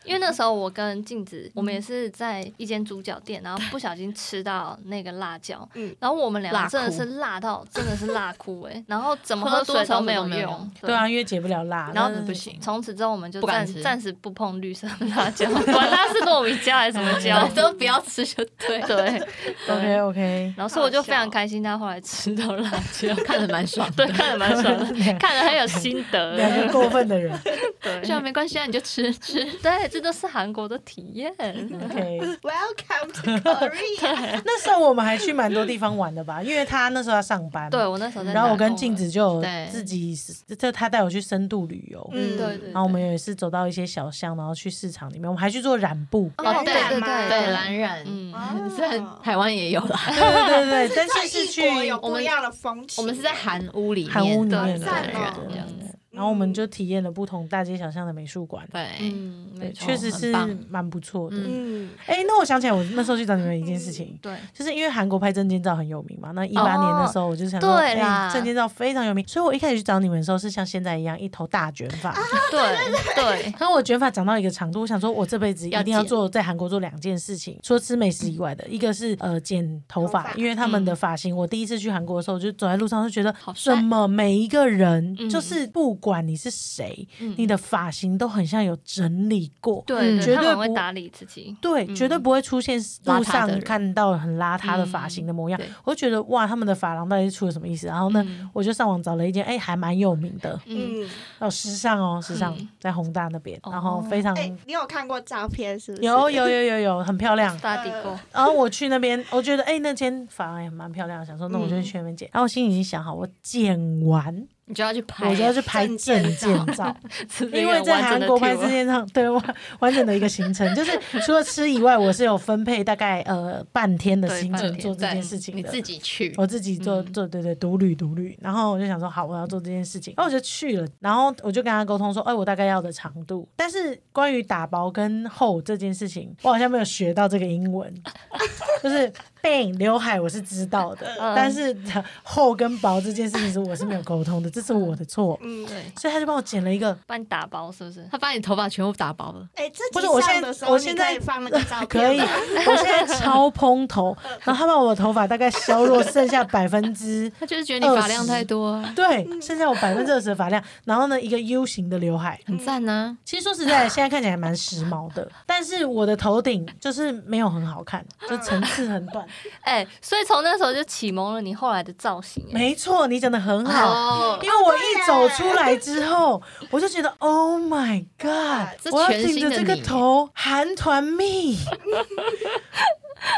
[SPEAKER 3] 因为那时候我跟镜
[SPEAKER 1] 嗯
[SPEAKER 3] 子，我们也是在一间猪脚店，然后不小心吃到那个辣椒，
[SPEAKER 6] 嗯
[SPEAKER 3] 然后我们
[SPEAKER 1] 辣
[SPEAKER 3] 俩真的
[SPEAKER 1] 哭
[SPEAKER 3] 是辣到真的是辣哭哎、然后怎么
[SPEAKER 1] 喝
[SPEAKER 3] 喝
[SPEAKER 1] 多
[SPEAKER 3] 水
[SPEAKER 1] 少
[SPEAKER 3] 都没
[SPEAKER 1] 水都
[SPEAKER 3] 有
[SPEAKER 1] 没有
[SPEAKER 3] 用
[SPEAKER 1] 用，
[SPEAKER 5] 对啊，因为解不了辣，
[SPEAKER 1] 然后
[SPEAKER 5] 但是
[SPEAKER 1] 不行，
[SPEAKER 3] 从此之后，我们就
[SPEAKER 1] 不敢
[SPEAKER 3] 暂
[SPEAKER 1] 吃
[SPEAKER 3] 暂时不碰绿色的辣椒，管它是糯米椒还是什么 椒，
[SPEAKER 1] 都不要吃就对。
[SPEAKER 3] 对对。
[SPEAKER 5] OK OK，
[SPEAKER 3] 然后所以我就非常开心，他后来吃到辣 椒，
[SPEAKER 1] 看着蛮爽
[SPEAKER 3] 对
[SPEAKER 1] 的，，
[SPEAKER 3] 看得蛮爽的，看得很有心得。
[SPEAKER 5] 两个过分的人。
[SPEAKER 3] 对
[SPEAKER 1] 虽然没关系啊，你就吃吃。
[SPEAKER 3] 对，这都是韩国的体 验。
[SPEAKER 5] OK，
[SPEAKER 6] Welcome to Korea，
[SPEAKER 5] 那时候我们还去蛮多地方玩的吧，因为他那时候要上班。
[SPEAKER 3] 对。我那时候在打工了，
[SPEAKER 5] 然后我跟镜子就有
[SPEAKER 1] 对
[SPEAKER 5] 自己，就他带我去深度旅游，
[SPEAKER 3] 对，
[SPEAKER 6] 嗯
[SPEAKER 3] 对对，
[SPEAKER 5] 然后我们也是走到一些小巷，然后去市场里面，我们还去做染布，
[SPEAKER 3] 哦
[SPEAKER 1] 蓝
[SPEAKER 3] 对
[SPEAKER 1] 染
[SPEAKER 3] 对对
[SPEAKER 6] 嘛
[SPEAKER 1] 对，蓝染，
[SPEAKER 3] 嗯，
[SPEAKER 6] 哦
[SPEAKER 1] 虽然台湾也有啦，
[SPEAKER 5] 对对对对，但
[SPEAKER 6] 在
[SPEAKER 5] 是是
[SPEAKER 6] 异
[SPEAKER 5] 去
[SPEAKER 6] 国有
[SPEAKER 1] 我
[SPEAKER 6] 不
[SPEAKER 1] 们
[SPEAKER 6] 一样的风情。
[SPEAKER 1] 我们是在韩屋里面，
[SPEAKER 5] 韩屋里
[SPEAKER 3] 对
[SPEAKER 5] 面的
[SPEAKER 6] 对
[SPEAKER 5] 感
[SPEAKER 6] 对
[SPEAKER 5] 觉
[SPEAKER 1] 这样子。
[SPEAKER 5] 然后我们就体验了不同大街小巷的美术馆，
[SPEAKER 1] 对，
[SPEAKER 3] 嗯，
[SPEAKER 5] 对，
[SPEAKER 3] 没错
[SPEAKER 5] 确实是
[SPEAKER 1] 很棒
[SPEAKER 5] 蛮不错的。
[SPEAKER 1] 嗯
[SPEAKER 6] 嗯，
[SPEAKER 5] 哎、那我想起来，我那时候去找你们一件事情，
[SPEAKER 3] 对
[SPEAKER 5] 就是因为韩国拍证件照很有名嘛。那一八年的时候，我就想说，
[SPEAKER 3] 哦对
[SPEAKER 5] 诶
[SPEAKER 3] 啦
[SPEAKER 5] 证件照非常有名，所以我一开始去找你们的时候是像现在一样一头大卷发，
[SPEAKER 3] 啊对对，
[SPEAKER 5] 然后我卷发长到一个长度，我想说我这辈子一定要做在韩国做两件事情，除了吃美食以外的，一个是呃剪头
[SPEAKER 6] 头
[SPEAKER 5] 发，
[SPEAKER 6] 发
[SPEAKER 5] 因为他
[SPEAKER 3] 嗯
[SPEAKER 5] 们的发型，我第一次去韩国的时候，我就走在路上就觉得
[SPEAKER 1] 好，帅
[SPEAKER 5] 什么每一个人
[SPEAKER 3] 嗯
[SPEAKER 5] 就是不管你是谁，
[SPEAKER 3] 嗯
[SPEAKER 5] 你的发型都很像有整理过。
[SPEAKER 1] 嗯
[SPEAKER 3] 对
[SPEAKER 5] 绝
[SPEAKER 3] 对，他
[SPEAKER 5] 对
[SPEAKER 3] 们会
[SPEAKER 5] 不
[SPEAKER 3] 打理自己。
[SPEAKER 5] 对，绝对不会出现路
[SPEAKER 1] 邋遢的
[SPEAKER 5] 上
[SPEAKER 1] 人
[SPEAKER 5] 看到很邋遢的发型的模样。
[SPEAKER 1] 嗯对
[SPEAKER 5] 我就觉得哇，他们的发廊到底是出了什么意思？然后呢，
[SPEAKER 3] 嗯
[SPEAKER 5] 我就上网找了一间，哎、还蛮有名的，
[SPEAKER 3] 嗯，
[SPEAKER 6] 嗯，
[SPEAKER 5] 哦，时尚哦，时尚、
[SPEAKER 3] 嗯
[SPEAKER 5] 在宏大那边，
[SPEAKER 3] 哦
[SPEAKER 5] 然后非常、
[SPEAKER 6] 哎，你有看过照片是不是？
[SPEAKER 5] 有有有有有，很漂亮。
[SPEAKER 3] 大地沟，
[SPEAKER 5] 然后我去那边，我觉得哎、那间发廊也蛮漂亮的，想说那我就去那边剪。然后我心里已经想好，我剪完
[SPEAKER 1] 你就要去拍，
[SPEAKER 5] 我就要去拍
[SPEAKER 6] 证
[SPEAKER 5] 证
[SPEAKER 6] 件
[SPEAKER 5] 件照，
[SPEAKER 3] 是 不是
[SPEAKER 5] 因
[SPEAKER 3] 有
[SPEAKER 5] 为
[SPEAKER 3] 点
[SPEAKER 5] 在
[SPEAKER 3] 完整
[SPEAKER 5] 韩
[SPEAKER 3] 的
[SPEAKER 5] 国拍
[SPEAKER 3] tour
[SPEAKER 5] 这件上， 对完完整的一个行程， 就是除了吃以外，我是有分配大概呃半天的
[SPEAKER 3] 对
[SPEAKER 5] 行
[SPEAKER 3] 半
[SPEAKER 5] 程
[SPEAKER 3] 天
[SPEAKER 5] 做这
[SPEAKER 1] 对
[SPEAKER 5] 件事情
[SPEAKER 1] 你
[SPEAKER 5] 的。哦
[SPEAKER 1] 自己去，
[SPEAKER 5] 我自己做
[SPEAKER 3] 嗯
[SPEAKER 5] 做对对独旅独旅，然后我就想说好，我要做这件事情，然后哦我就去了，然后我就跟他沟通说，哎，我大概要的长度，但是关于打薄跟厚这件事情，我好像没有学到这个英文， 就是 bang 刘海我是知道的，
[SPEAKER 3] 嗯
[SPEAKER 5] 但是厚跟薄这件事情是我是没有沟通的，这是我的错，
[SPEAKER 6] 嗯，
[SPEAKER 3] 对，
[SPEAKER 5] 所以他就帮我剪了一个
[SPEAKER 3] 帮你打包是 不是？
[SPEAKER 1] 他把你头发全部打薄了，
[SPEAKER 6] 哎，这
[SPEAKER 5] 不
[SPEAKER 6] 集
[SPEAKER 5] 是我
[SPEAKER 6] 上
[SPEAKER 5] 现在
[SPEAKER 6] 的时候
[SPEAKER 5] 我
[SPEAKER 6] 你
[SPEAKER 5] 现
[SPEAKER 6] 可
[SPEAKER 5] 在
[SPEAKER 6] 以放那个照片
[SPEAKER 5] 可以，
[SPEAKER 6] 吗
[SPEAKER 5] 我现在超蓬头，然后他把我的头发大概削弱，剩下百分之
[SPEAKER 1] 他就是觉得你发量太多啊，
[SPEAKER 5] 对，剩下我百分之二十的发量，然后呢一个 U 型的刘海。
[SPEAKER 1] 很赞啊呐。
[SPEAKER 5] 其实说实在的，现在看起来蛮时髦的，但是我的头顶就是没有很好看，就层次很短。
[SPEAKER 3] 哎，所以从那时候就启蒙了你后来的造型哎。
[SPEAKER 5] 没错，你讲的很好。
[SPEAKER 1] 哦，
[SPEAKER 5] 因为我一走出来之后，我就觉得 Oh my God！
[SPEAKER 1] 这
[SPEAKER 5] 我要
[SPEAKER 1] 全
[SPEAKER 5] 顶
[SPEAKER 1] 新的
[SPEAKER 5] 着这个
[SPEAKER 1] 你
[SPEAKER 5] 头韩团蜜，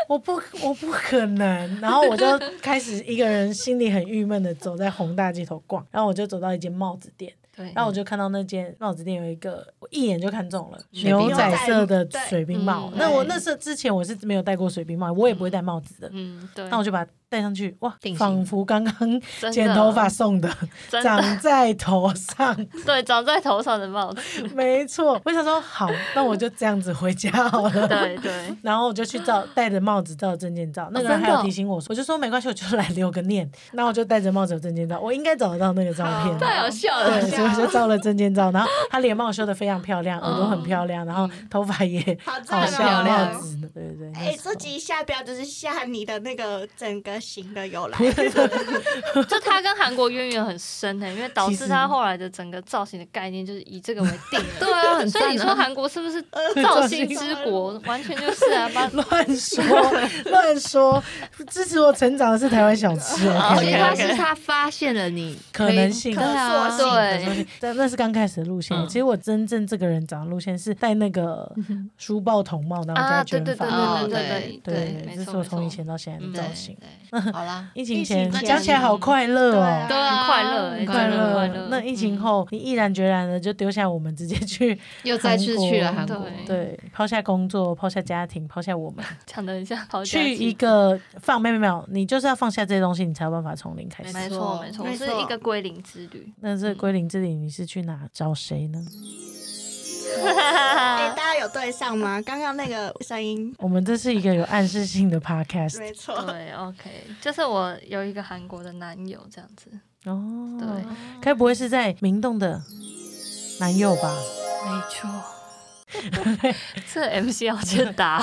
[SPEAKER 5] 我不我不可能。然后我就开始一个人心里很郁闷的走在宏大街头逛，然后我就走到一间帽子店，
[SPEAKER 3] 对
[SPEAKER 5] 然，后我就看到那间帽子店有一个，我一眼就看中了
[SPEAKER 1] 水冰帽
[SPEAKER 5] 牛仔色的
[SPEAKER 6] 对
[SPEAKER 5] 水冰帽。
[SPEAKER 3] 嗯
[SPEAKER 5] 那我
[SPEAKER 1] 对
[SPEAKER 5] 那时候之前我是没有戴过水冰帽，我也不会戴帽子的。
[SPEAKER 3] 嗯，对，
[SPEAKER 5] 那我就把它戴上去，哇
[SPEAKER 1] 定，型
[SPEAKER 5] 仿佛刚刚
[SPEAKER 3] 真的
[SPEAKER 5] 剪头发送的，
[SPEAKER 3] 真的
[SPEAKER 5] 长在头上。
[SPEAKER 3] 对长在头上的 帽子，
[SPEAKER 5] 没错，我想说好，那我就这样子回家好 了。
[SPEAKER 3] 对对，
[SPEAKER 5] 然后我就去照戴着帽子照证件照，那个
[SPEAKER 3] 哦
[SPEAKER 5] 人
[SPEAKER 3] 真
[SPEAKER 5] 还
[SPEAKER 3] 的哦
[SPEAKER 5] 有提醒我说，我就说没关系，我就来留个念。那我就戴着帽子有证件照，我应该找得到那个照片。
[SPEAKER 6] 好
[SPEAKER 1] 太 好笑
[SPEAKER 5] 对，
[SPEAKER 1] 了，
[SPEAKER 5] 所以我就照了证件照，然后她连帽修的非常漂亮，耳朵很漂亮，然后头发也
[SPEAKER 6] 好
[SPEAKER 5] 好
[SPEAKER 6] 赞
[SPEAKER 5] 笑，
[SPEAKER 1] 漂
[SPEAKER 6] 哦
[SPEAKER 1] 亮
[SPEAKER 5] 帽！子，对对对。
[SPEAKER 6] 哎，
[SPEAKER 5] 那时候
[SPEAKER 6] 这集下标就是下你的那个整个行的 由来。
[SPEAKER 3] 就他跟韩国渊源很深欸的、因为导致他后来的整个造型的概念就是以这个为定 的。
[SPEAKER 1] 对啊很
[SPEAKER 3] 所
[SPEAKER 1] 赞啊
[SPEAKER 3] 以你说韩国是不是造型之 国？完全就是啊，把
[SPEAKER 5] 乱说乱说，支持我成长的是台湾小吃
[SPEAKER 1] 而且
[SPEAKER 5] ，OK，
[SPEAKER 1] 他是他发现了你
[SPEAKER 5] 可
[SPEAKER 1] 以
[SPEAKER 5] 能性
[SPEAKER 1] 对啊，
[SPEAKER 6] 可塑 性
[SPEAKER 3] 对，
[SPEAKER 5] 但那是刚开始的路线。
[SPEAKER 1] 嗯
[SPEAKER 5] 其实我真正这个人长的路线是戴那 个书报筒帽，然后
[SPEAKER 3] 啊，
[SPEAKER 5] 加
[SPEAKER 3] 对
[SPEAKER 5] 卷
[SPEAKER 3] 对对
[SPEAKER 5] 发
[SPEAKER 1] 哦
[SPEAKER 3] 对。对对，
[SPEAKER 5] 对，
[SPEAKER 3] 没
[SPEAKER 5] 这是
[SPEAKER 3] 错
[SPEAKER 5] 我
[SPEAKER 3] 没
[SPEAKER 5] 从以
[SPEAKER 3] 错，
[SPEAKER 5] 前到现在的
[SPEAKER 3] 嗯
[SPEAKER 5] 造
[SPEAKER 1] 对
[SPEAKER 5] 型。，
[SPEAKER 1] 对，好啦
[SPEAKER 5] 疫情
[SPEAKER 6] 疫
[SPEAKER 5] 前
[SPEAKER 6] 情前
[SPEAKER 5] 讲起来好快乐
[SPEAKER 6] 对
[SPEAKER 5] 哦
[SPEAKER 6] 啊。
[SPEAKER 1] 啊
[SPEAKER 3] 很快乐欸
[SPEAKER 1] 很
[SPEAKER 5] 快
[SPEAKER 3] 真的很
[SPEAKER 5] 乐
[SPEAKER 3] 快乐嗯
[SPEAKER 5] 那疫情后，你毅然决然的就丢下我们，直接去
[SPEAKER 1] 又再次去了韩国，
[SPEAKER 3] 对
[SPEAKER 5] 对，抛下工作，抛下家庭，抛下我们，
[SPEAKER 3] 讲的很像好假
[SPEAKER 5] 去
[SPEAKER 3] 期
[SPEAKER 5] 一个放没有没有，你就是要放下这些东西，你才有办法从零开始。
[SPEAKER 3] 没错嗯没错，
[SPEAKER 6] 没
[SPEAKER 3] 是
[SPEAKER 6] 错
[SPEAKER 3] 一个归零之旅。
[SPEAKER 5] 那这归零之旅，你是去哪找谁呢？啊
[SPEAKER 6] 哎、大家有对上吗？刚刚那个声音，
[SPEAKER 5] 我们这是一个有暗示性的 podcast
[SPEAKER 6] 没错，
[SPEAKER 3] 对，OK，就是我有一个韩国的男友这样子，
[SPEAKER 5] 哦。
[SPEAKER 3] 对，，
[SPEAKER 5] 该不会是在明洞的男友吧？
[SPEAKER 3] 没错。 这 MC 要去打，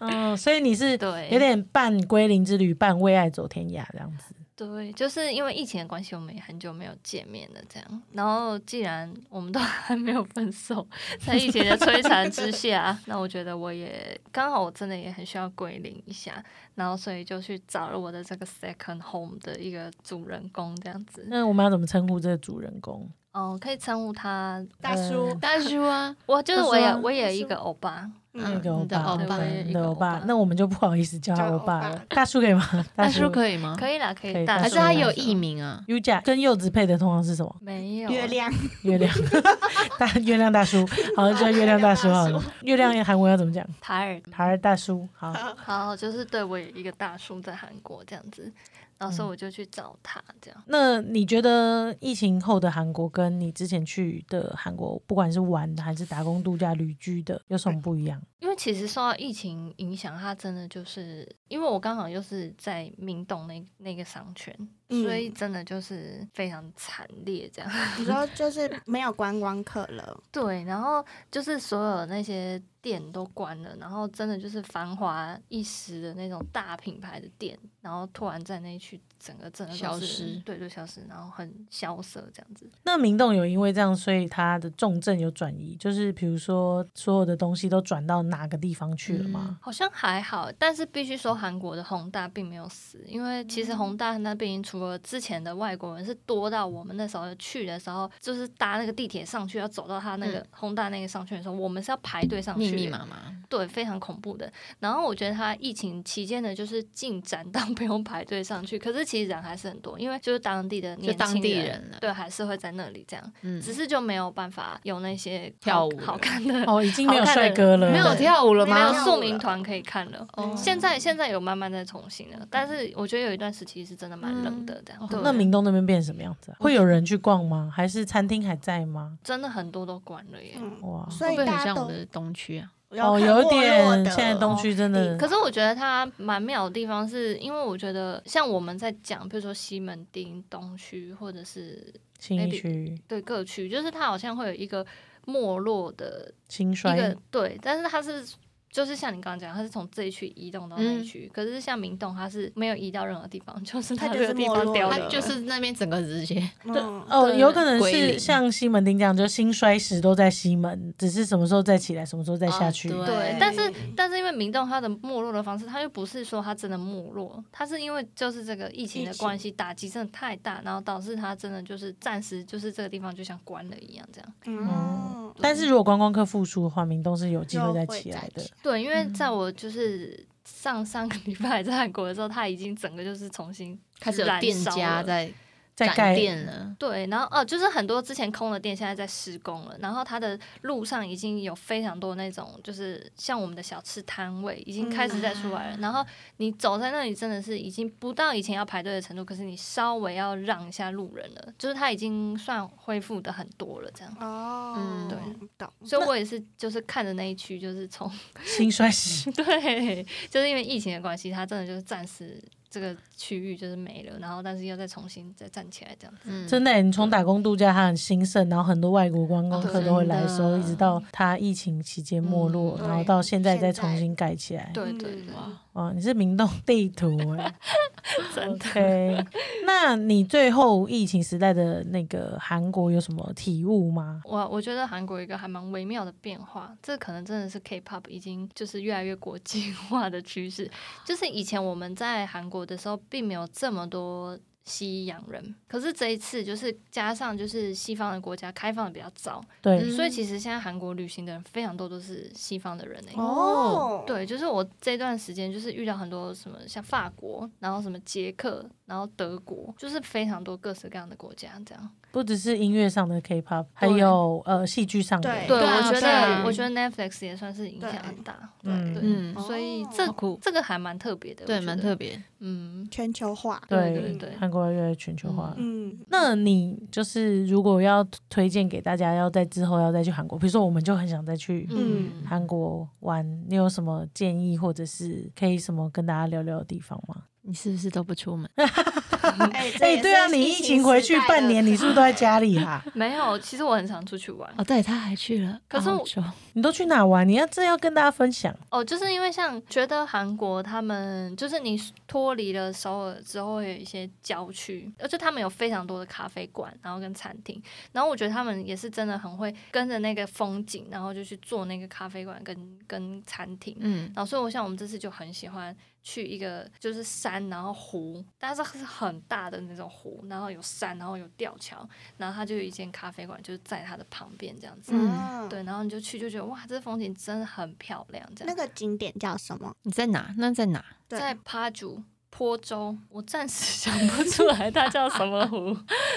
[SPEAKER 5] 嗯，所以你是
[SPEAKER 3] 对
[SPEAKER 5] 有点半归零之旅，半为爱走天涯这样子。
[SPEAKER 3] 对，就是因为疫情的关系，我们也很久没有见面了，这样。然后既然我们都 还没有分手，在疫情的摧残之下， 那我觉得我也刚好，我真的也很需要归零一下，然后所以就去找了我的这个 second home 的一个主人公这样子。
[SPEAKER 5] 那我们要怎么称呼这个主人公？
[SPEAKER 3] 哦，可以称呼他，
[SPEAKER 6] 大叔，
[SPEAKER 1] 大叔啊，
[SPEAKER 3] 我就是
[SPEAKER 5] 他
[SPEAKER 3] 我也
[SPEAKER 5] 说
[SPEAKER 3] 我也
[SPEAKER 6] 叔
[SPEAKER 3] 一个欧巴，
[SPEAKER 5] 那
[SPEAKER 6] 嗯，
[SPEAKER 5] 个欧
[SPEAKER 1] 你的
[SPEAKER 5] 巴，
[SPEAKER 1] 欧巴
[SPEAKER 5] 对你
[SPEAKER 3] 一个
[SPEAKER 5] 的欧
[SPEAKER 3] 欧
[SPEAKER 5] 巴
[SPEAKER 3] 巴。
[SPEAKER 5] 那我们就不好意思叫他
[SPEAKER 6] 叫
[SPEAKER 5] 欧
[SPEAKER 6] 欧
[SPEAKER 5] 巴
[SPEAKER 6] 巴
[SPEAKER 5] 了。大叔可以吗？
[SPEAKER 1] 大叔嗯可以吗？
[SPEAKER 3] 可以啦，可
[SPEAKER 5] 可以
[SPEAKER 3] 以
[SPEAKER 5] 大
[SPEAKER 3] 大
[SPEAKER 1] 还是
[SPEAKER 5] 叔
[SPEAKER 3] 叔
[SPEAKER 1] 他
[SPEAKER 3] 大
[SPEAKER 1] 有
[SPEAKER 3] 叔
[SPEAKER 1] 艺名啊？
[SPEAKER 5] y u j a 跟柚子配的通常是什么？
[SPEAKER 3] 没有啊
[SPEAKER 6] 月亮，
[SPEAKER 5] 月亮，大月亮大叔，好叫月亮大叔好了。月亮韩文要怎么讲？
[SPEAKER 3] 塔尔
[SPEAKER 5] 塔儿大叔，好，
[SPEAKER 3] 然后就是对我有一个大叔在韩国这样子，然后所以我就去找他这样。
[SPEAKER 5] 那你觉得疫情后的韩国跟你之前去的韩国，不管是玩的还是打工度假旅居的，有什么不一样？
[SPEAKER 3] 因为其实受到疫情影响，他真的就是因为我刚好又是在明洞那那个商圈，
[SPEAKER 6] 嗯
[SPEAKER 3] 所以真的就是非常惨烈这样。
[SPEAKER 6] 你说就是没有观光客了，
[SPEAKER 3] 对，然后就是所有那些店都关了，然后真的就是繁华一时的那种大品牌的店，然后突然在那一区整个真的都
[SPEAKER 1] 消
[SPEAKER 3] 是
[SPEAKER 1] 失
[SPEAKER 3] 对，就消失，然后很萧瑟这样子。
[SPEAKER 5] 那明洞有因为这样，所以他的重症有转移，就是比如说所有的东西都转到哪个地方去了吗？
[SPEAKER 3] 好像还好，但是必须说韩国的宏大并没有死，因为其实
[SPEAKER 1] 嗯
[SPEAKER 3] 宏大那边除了之前的外国人是多到我们那时候去的时候，就是搭那个地铁上去要走到他那个
[SPEAKER 1] 嗯
[SPEAKER 3] 宏大那个商圈的时候，我们是要排队上去
[SPEAKER 1] 密
[SPEAKER 3] 的，
[SPEAKER 1] 密麻麻，
[SPEAKER 3] 对，非常恐怖的。然后我觉得他疫情期间呢，就是进展到 不用排队上去，可是其实人还是很多，因为就是当地的
[SPEAKER 1] 就
[SPEAKER 3] 年轻
[SPEAKER 1] 当地人了。
[SPEAKER 3] 对，还是会在那里这样，
[SPEAKER 1] 嗯，
[SPEAKER 3] 只是就没有办法有那些
[SPEAKER 1] 跳
[SPEAKER 3] 好
[SPEAKER 1] 舞
[SPEAKER 3] 好看的
[SPEAKER 6] 嗯
[SPEAKER 5] 哦，已经没有帅哥了，
[SPEAKER 1] 没有
[SPEAKER 3] 对
[SPEAKER 1] 跳舞了
[SPEAKER 3] 没有
[SPEAKER 1] 吗？
[SPEAKER 3] 宿命团可以看了。
[SPEAKER 1] 哦
[SPEAKER 3] 现在现在有慢慢在重新了，但是我觉得有一段时期是真的蛮冷
[SPEAKER 6] 嗯
[SPEAKER 3] 的，这样。
[SPEAKER 6] 哦
[SPEAKER 3] 对
[SPEAKER 5] 那明洞那边变什么样子啊、会有人去逛吗？还是餐厅还在吗？
[SPEAKER 3] 真的很多都关了耶。
[SPEAKER 6] 嗯，
[SPEAKER 5] 哇，
[SPEAKER 6] 所
[SPEAKER 1] 会
[SPEAKER 6] 以
[SPEAKER 1] 不会很
[SPEAKER 6] 大家
[SPEAKER 1] 像
[SPEAKER 6] 都
[SPEAKER 1] 我们的东区啊？
[SPEAKER 5] 哦，
[SPEAKER 6] 看
[SPEAKER 5] 有
[SPEAKER 6] 没
[SPEAKER 5] 点，
[SPEAKER 6] 的
[SPEAKER 5] 现在东区真的，
[SPEAKER 3] 可是我觉得它蛮妙的地方是，因为我觉得像我们在讲，比如说西门町东区或者是
[SPEAKER 5] 新一
[SPEAKER 3] maybe
[SPEAKER 5] 区
[SPEAKER 3] 对各区，就是它好像会有一个没落的
[SPEAKER 5] 兴
[SPEAKER 3] 一
[SPEAKER 5] 衰
[SPEAKER 3] 个对，但是它是就是像你刚刚讲，它是从这一区移动到那一区，可是像明洞它是没有移到任何地方，就是
[SPEAKER 6] 它嗯就
[SPEAKER 3] 这
[SPEAKER 6] 是
[SPEAKER 3] 个地
[SPEAKER 6] 没
[SPEAKER 3] 方
[SPEAKER 6] 落
[SPEAKER 3] 掉
[SPEAKER 6] 了
[SPEAKER 3] 了
[SPEAKER 1] 他，就是那边整个直接
[SPEAKER 6] 嗯，
[SPEAKER 5] 哦，
[SPEAKER 3] 对
[SPEAKER 5] 有可能
[SPEAKER 1] 归
[SPEAKER 5] 是
[SPEAKER 1] 零
[SPEAKER 5] 像西门町这样，就兴衰时都在西门，只是什么时候再起来，什么时候再下
[SPEAKER 1] 啊
[SPEAKER 5] 去。
[SPEAKER 1] 对
[SPEAKER 3] 对，但是但是因为明洞它的没落的方式，它又不是说它真的没落，它是因为就是这个疫情的关系，打击真的太大，然后导致它真的就是暂时就是这个地方就像关了一样这样。
[SPEAKER 6] 嗯，
[SPEAKER 5] 但是如果观光客复苏的话，明洞是有机会
[SPEAKER 6] 就
[SPEAKER 5] 再
[SPEAKER 6] 会
[SPEAKER 5] 起
[SPEAKER 6] 再
[SPEAKER 5] 来的
[SPEAKER 6] 起。
[SPEAKER 3] 对，因为在我就是上上个礼拜在韩国的时候，它已经整个就是重新
[SPEAKER 1] 开始有
[SPEAKER 3] 燃
[SPEAKER 1] 店
[SPEAKER 3] 烧
[SPEAKER 1] 家
[SPEAKER 3] 了
[SPEAKER 1] 在
[SPEAKER 5] 再
[SPEAKER 1] 展
[SPEAKER 5] 盖
[SPEAKER 1] 店了，
[SPEAKER 3] 对，然后哦，就是很多之前空的店现在在施工了，然后它的路上已经有非常多那种，就是像我们的小吃摊位已经开始在出来了。然后你走在那里，真的是已经不到以前要排队的程度，可是你稍微要让一下路人了，就是它已经算恢复的很多了，这样。
[SPEAKER 6] 哦，
[SPEAKER 1] 嗯
[SPEAKER 6] 对，懂，
[SPEAKER 3] 所以我也是，就是看着那一区，就是从
[SPEAKER 5] 兴衰时
[SPEAKER 3] 嗯 对，就是因为疫情的关系，它真的就是暂时。这个区域就是没了，然后但是要再重新再站起来这样子。
[SPEAKER 1] 嗯
[SPEAKER 5] 真的耶，欸你从打工度假它很兴盛，然后很多外国观光客都会来
[SPEAKER 3] 哦
[SPEAKER 5] 收，
[SPEAKER 3] 真
[SPEAKER 5] 一
[SPEAKER 3] 的
[SPEAKER 5] 直到它疫情期间没落，
[SPEAKER 3] 嗯
[SPEAKER 6] 对
[SPEAKER 5] 然后到现在
[SPEAKER 6] 现
[SPEAKER 5] 再
[SPEAKER 6] 在
[SPEAKER 5] 重新盖起来。
[SPEAKER 3] 对
[SPEAKER 6] 嗯
[SPEAKER 3] 对对，
[SPEAKER 1] 哇
[SPEAKER 5] 哇，你是明洞地图哎
[SPEAKER 3] 真的。
[SPEAKER 5] ，OK。那你最后疫情时代的那个韩国有什么体悟吗？
[SPEAKER 3] 我我觉得韩国有一个还蛮微妙的变化，这可能真的是 K-pop 已经就是越来越国际 化的趋势。就是以前我们在韩国的时候，并没有这么多西洋人，可是这一次就是加上就是西方的国家开放的比较早，
[SPEAKER 5] 对，
[SPEAKER 1] 嗯
[SPEAKER 3] 所以其实现在韩国旅行的人非常多都是西方的人诶、
[SPEAKER 6] 哦，，
[SPEAKER 3] 对，就是我这段时间就是遇到很多什么像法国，然后什么捷克，然后德国，就是非常多各式各样的国家这样。
[SPEAKER 5] 不只是音乐上的 K-pop，还
[SPEAKER 3] 对
[SPEAKER 5] 有呃戏剧上的。
[SPEAKER 6] 对
[SPEAKER 3] 对，
[SPEAKER 1] 啊
[SPEAKER 3] 我觉
[SPEAKER 1] 对
[SPEAKER 3] 得
[SPEAKER 1] 啊
[SPEAKER 3] 我觉得 Netflix 也算是影响很大，对
[SPEAKER 5] 嗯
[SPEAKER 3] 对，
[SPEAKER 1] 嗯
[SPEAKER 3] 所以
[SPEAKER 6] 哦
[SPEAKER 3] 这
[SPEAKER 1] 好酷
[SPEAKER 3] 这个还蛮特别的，我
[SPEAKER 1] 对，
[SPEAKER 3] 觉
[SPEAKER 1] 蛮
[SPEAKER 3] 得
[SPEAKER 1] 特，别。
[SPEAKER 3] 嗯，
[SPEAKER 6] 全球化，
[SPEAKER 3] 对
[SPEAKER 5] 对
[SPEAKER 3] 对对
[SPEAKER 5] 韩国越来越全球化了。
[SPEAKER 6] 嗯，
[SPEAKER 5] 那你就是如果要推荐给大家，要在之后要再去韩国，比如说我们就很想再去
[SPEAKER 3] 嗯
[SPEAKER 5] 韩国玩，你有什么建议或者是可以什么跟大家聊聊的地方吗？
[SPEAKER 1] 你是不是都不出门？
[SPEAKER 6] 哎
[SPEAKER 5] 哎、对啊，你疫情回去半，年，你是不是都在家里 啊？
[SPEAKER 3] 没有，其实我很常出去玩
[SPEAKER 1] 哦，对，他还去了
[SPEAKER 3] 可是我
[SPEAKER 1] 澳洲。
[SPEAKER 5] 你都去哪玩？你要这要跟大家分享。
[SPEAKER 3] 哦，就是因为像觉得韩国他们就是你脱离了首尔之后，有一些郊区，而且他们有非常多的咖啡馆，然后跟餐厅，然后我觉得他们也是真的很会跟着那个风景，然后就去做那个咖啡馆跟跟餐厅，
[SPEAKER 1] 嗯，
[SPEAKER 3] 然后所以我像我们这次就很喜欢去一个就是山，然后湖，但是是很大的那种湖，然后有山，然后有吊桥，然后它就有一间咖啡馆，就是在它的旁边这样子。
[SPEAKER 1] 嗯
[SPEAKER 6] 嗯，
[SPEAKER 3] 对，然后你就去就觉得哇，这风景真的很漂亮，这样。
[SPEAKER 6] 那个景点叫什么？
[SPEAKER 1] 你在哪？那在哪？
[SPEAKER 6] 对
[SPEAKER 3] 在趴竹坡州，我暂时 想不出来它叫什么 湖。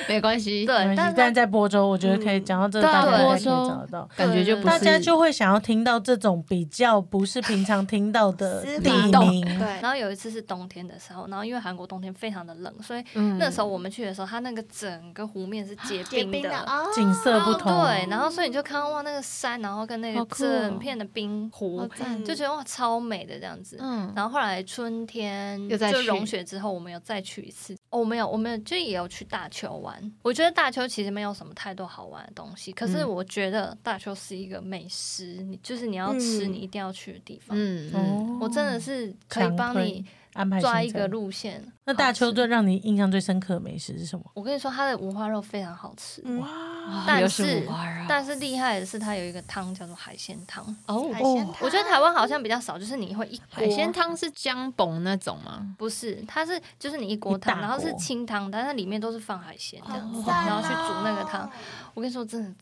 [SPEAKER 1] 没关系
[SPEAKER 3] 对，
[SPEAKER 5] 没关系
[SPEAKER 3] 但是
[SPEAKER 5] 但在播州，我觉得可以
[SPEAKER 6] 嗯
[SPEAKER 5] 讲到这，
[SPEAKER 1] 对啊
[SPEAKER 5] 大家应该可
[SPEAKER 1] 播
[SPEAKER 5] 以
[SPEAKER 1] 州
[SPEAKER 5] 找得到。
[SPEAKER 1] 感觉就不是
[SPEAKER 5] 大家就会想要听到这种比较不是平常听到的
[SPEAKER 6] 私
[SPEAKER 5] 地
[SPEAKER 6] 房
[SPEAKER 5] 名，
[SPEAKER 6] 对，
[SPEAKER 3] 然后有一次是冬天的时候，然后因为韩国冬天非常的冷，所以
[SPEAKER 1] 嗯
[SPEAKER 3] 那时候我们去的时候，它那个整个湖面是结
[SPEAKER 6] 结
[SPEAKER 3] 冰
[SPEAKER 6] 冰
[SPEAKER 3] 的
[SPEAKER 6] 的。哦，
[SPEAKER 5] 景色不
[SPEAKER 3] 哦
[SPEAKER 5] 同。
[SPEAKER 3] 对，然后所以你就看到哇，那个山，然后跟那
[SPEAKER 1] 好
[SPEAKER 3] 个
[SPEAKER 1] 酷哦
[SPEAKER 3] 整片的冰湖，
[SPEAKER 1] 好哦赞
[SPEAKER 6] 嗯
[SPEAKER 3] 就觉得哇超美的这样子。
[SPEAKER 1] 嗯，
[SPEAKER 3] 然后后来春天
[SPEAKER 1] 又再
[SPEAKER 3] 就
[SPEAKER 1] 去
[SPEAKER 3] 融雪之后，我们有再去一次。哦，我们有，我们就也有去大邱玩。我觉得大邱其实没有什么太多好玩的东西，可是
[SPEAKER 1] 嗯
[SPEAKER 3] 我觉得大邱是一个美食，你就是你要吃，
[SPEAKER 6] 嗯
[SPEAKER 3] 你一定要去的地方。
[SPEAKER 1] 嗯嗯，
[SPEAKER 5] 哦
[SPEAKER 3] 我真的是可以
[SPEAKER 5] 强
[SPEAKER 3] 帮
[SPEAKER 5] 推
[SPEAKER 3] 你
[SPEAKER 5] 安排
[SPEAKER 3] 抓
[SPEAKER 5] 行
[SPEAKER 3] 一个
[SPEAKER 5] 程
[SPEAKER 3] 路线。
[SPEAKER 5] 那大邱
[SPEAKER 3] 好吃
[SPEAKER 5] 最让你印象最深刻的美食是什么？
[SPEAKER 3] 我跟你说，它的五花肉非常好吃，
[SPEAKER 1] 嗯
[SPEAKER 6] 哇，
[SPEAKER 1] 哇
[SPEAKER 3] 但
[SPEAKER 1] 又是
[SPEAKER 3] 是
[SPEAKER 1] 五花啊肉
[SPEAKER 3] 但是厉害的是它有一个汤叫做海鲜汤。
[SPEAKER 1] 哦
[SPEAKER 6] 海鲜
[SPEAKER 5] 哦
[SPEAKER 6] 汤
[SPEAKER 3] 我觉得台湾好像比较少，就是你会一锅
[SPEAKER 1] 海鲜汤是姜崩那种吗？
[SPEAKER 3] 不是，它是就是你一锅
[SPEAKER 5] 一
[SPEAKER 3] 汤，
[SPEAKER 5] 大
[SPEAKER 3] 然后是
[SPEAKER 5] 锅
[SPEAKER 3] 清汤，但它里面都是放海鲜这样子，
[SPEAKER 6] 赞
[SPEAKER 3] 然后去煮那个
[SPEAKER 6] 哦
[SPEAKER 3] 汤。我跟你说，真的，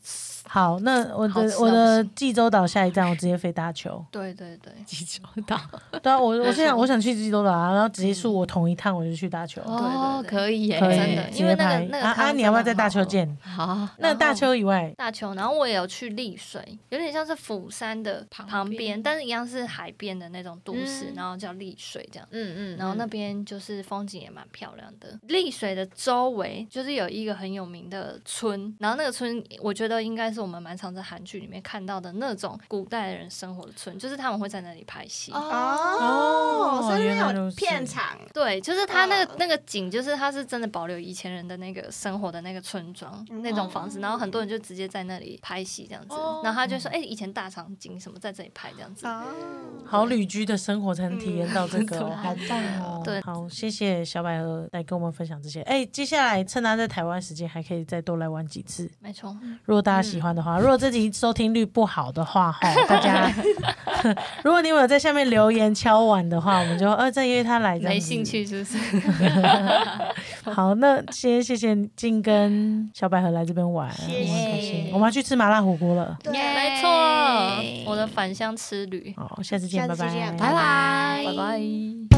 [SPEAKER 5] 好，那我
[SPEAKER 3] 好吃
[SPEAKER 5] 的
[SPEAKER 3] 到
[SPEAKER 5] 我的
[SPEAKER 3] 不。
[SPEAKER 5] 济州岛下一站，我直接飞大邱
[SPEAKER 3] 对对对，
[SPEAKER 1] 济州岛
[SPEAKER 5] 对啊，我我现在
[SPEAKER 3] 嗯
[SPEAKER 5] 我想去济州岛啊，然后结束我同一趟我就去大邱。
[SPEAKER 1] 哦，
[SPEAKER 3] 对对对
[SPEAKER 1] 可以耶，
[SPEAKER 5] 可以
[SPEAKER 3] 真的
[SPEAKER 5] 直
[SPEAKER 3] 因
[SPEAKER 5] 接
[SPEAKER 3] 为那个
[SPEAKER 5] 拍
[SPEAKER 3] 那个
[SPEAKER 5] 啊
[SPEAKER 3] 汤
[SPEAKER 5] 啊！你
[SPEAKER 3] 真
[SPEAKER 5] 要不
[SPEAKER 3] 的
[SPEAKER 5] 要在
[SPEAKER 3] 很
[SPEAKER 5] 大
[SPEAKER 3] 好
[SPEAKER 5] 邱
[SPEAKER 3] 喝
[SPEAKER 5] 见？
[SPEAKER 1] 好，
[SPEAKER 5] 那大邱以外，
[SPEAKER 3] 大邱。然后我也有去丽水，有点像是釜山的
[SPEAKER 1] 旁
[SPEAKER 3] 旁
[SPEAKER 1] 边
[SPEAKER 3] 边，但是一样是海边的那种都市，
[SPEAKER 1] 嗯
[SPEAKER 3] 然后叫丽水这样。
[SPEAKER 1] 嗯嗯，
[SPEAKER 3] 然后那边就是风景也蛮漂亮的，丽水的周围就是有一个很有名的村，然后那个村我觉得应该是我们蛮常在韩剧里面看到的那种古代人生活的村，就是他们会在那里拍戏。
[SPEAKER 5] 哦
[SPEAKER 6] 哦，所以
[SPEAKER 5] 原来
[SPEAKER 6] 那
[SPEAKER 5] 如
[SPEAKER 6] 有
[SPEAKER 5] 此
[SPEAKER 6] 片场，
[SPEAKER 3] 对，就是它那个、
[SPEAKER 6] 嗯
[SPEAKER 3] 那个景，就是它是真的保留以前人的那个生活的那个村庄、
[SPEAKER 6] 嗯
[SPEAKER 3] 那种房子，然后很多人就直接在那里拍戏这样子，然后他就说，哎、以前大场景什么在这里拍这样子，
[SPEAKER 6] 哦，
[SPEAKER 5] 好旅居的生活才能体验到这 个哦，
[SPEAKER 3] 嗯
[SPEAKER 5] 好棒哦！
[SPEAKER 3] 对
[SPEAKER 5] 好，谢谢小百合来跟我们分享这些。哎，接下来趁他在台湾时间，还可以再多来玩几次。
[SPEAKER 3] 没错，
[SPEAKER 5] 如果大家喜欢的
[SPEAKER 3] 嗯
[SPEAKER 5] 话，如果这集收听率不好的话，哈，大 家，如果你有在下面留言敲碗的话，我们就呃再约他来。这样
[SPEAKER 3] 没
[SPEAKER 5] 子
[SPEAKER 3] 兴。趣是不是？
[SPEAKER 5] 好，那先谢谢静跟小百合来这边玩，我
[SPEAKER 6] 谢
[SPEAKER 5] 们很开心
[SPEAKER 3] 谢。
[SPEAKER 5] 我们要去吃麻辣火锅了。
[SPEAKER 6] 对，
[SPEAKER 3] 没错，我的返乡之旅，
[SPEAKER 5] 好，下次见，
[SPEAKER 6] 下次
[SPEAKER 5] 拜
[SPEAKER 6] 见
[SPEAKER 5] 拜，
[SPEAKER 1] 拜拜
[SPEAKER 3] 拜拜。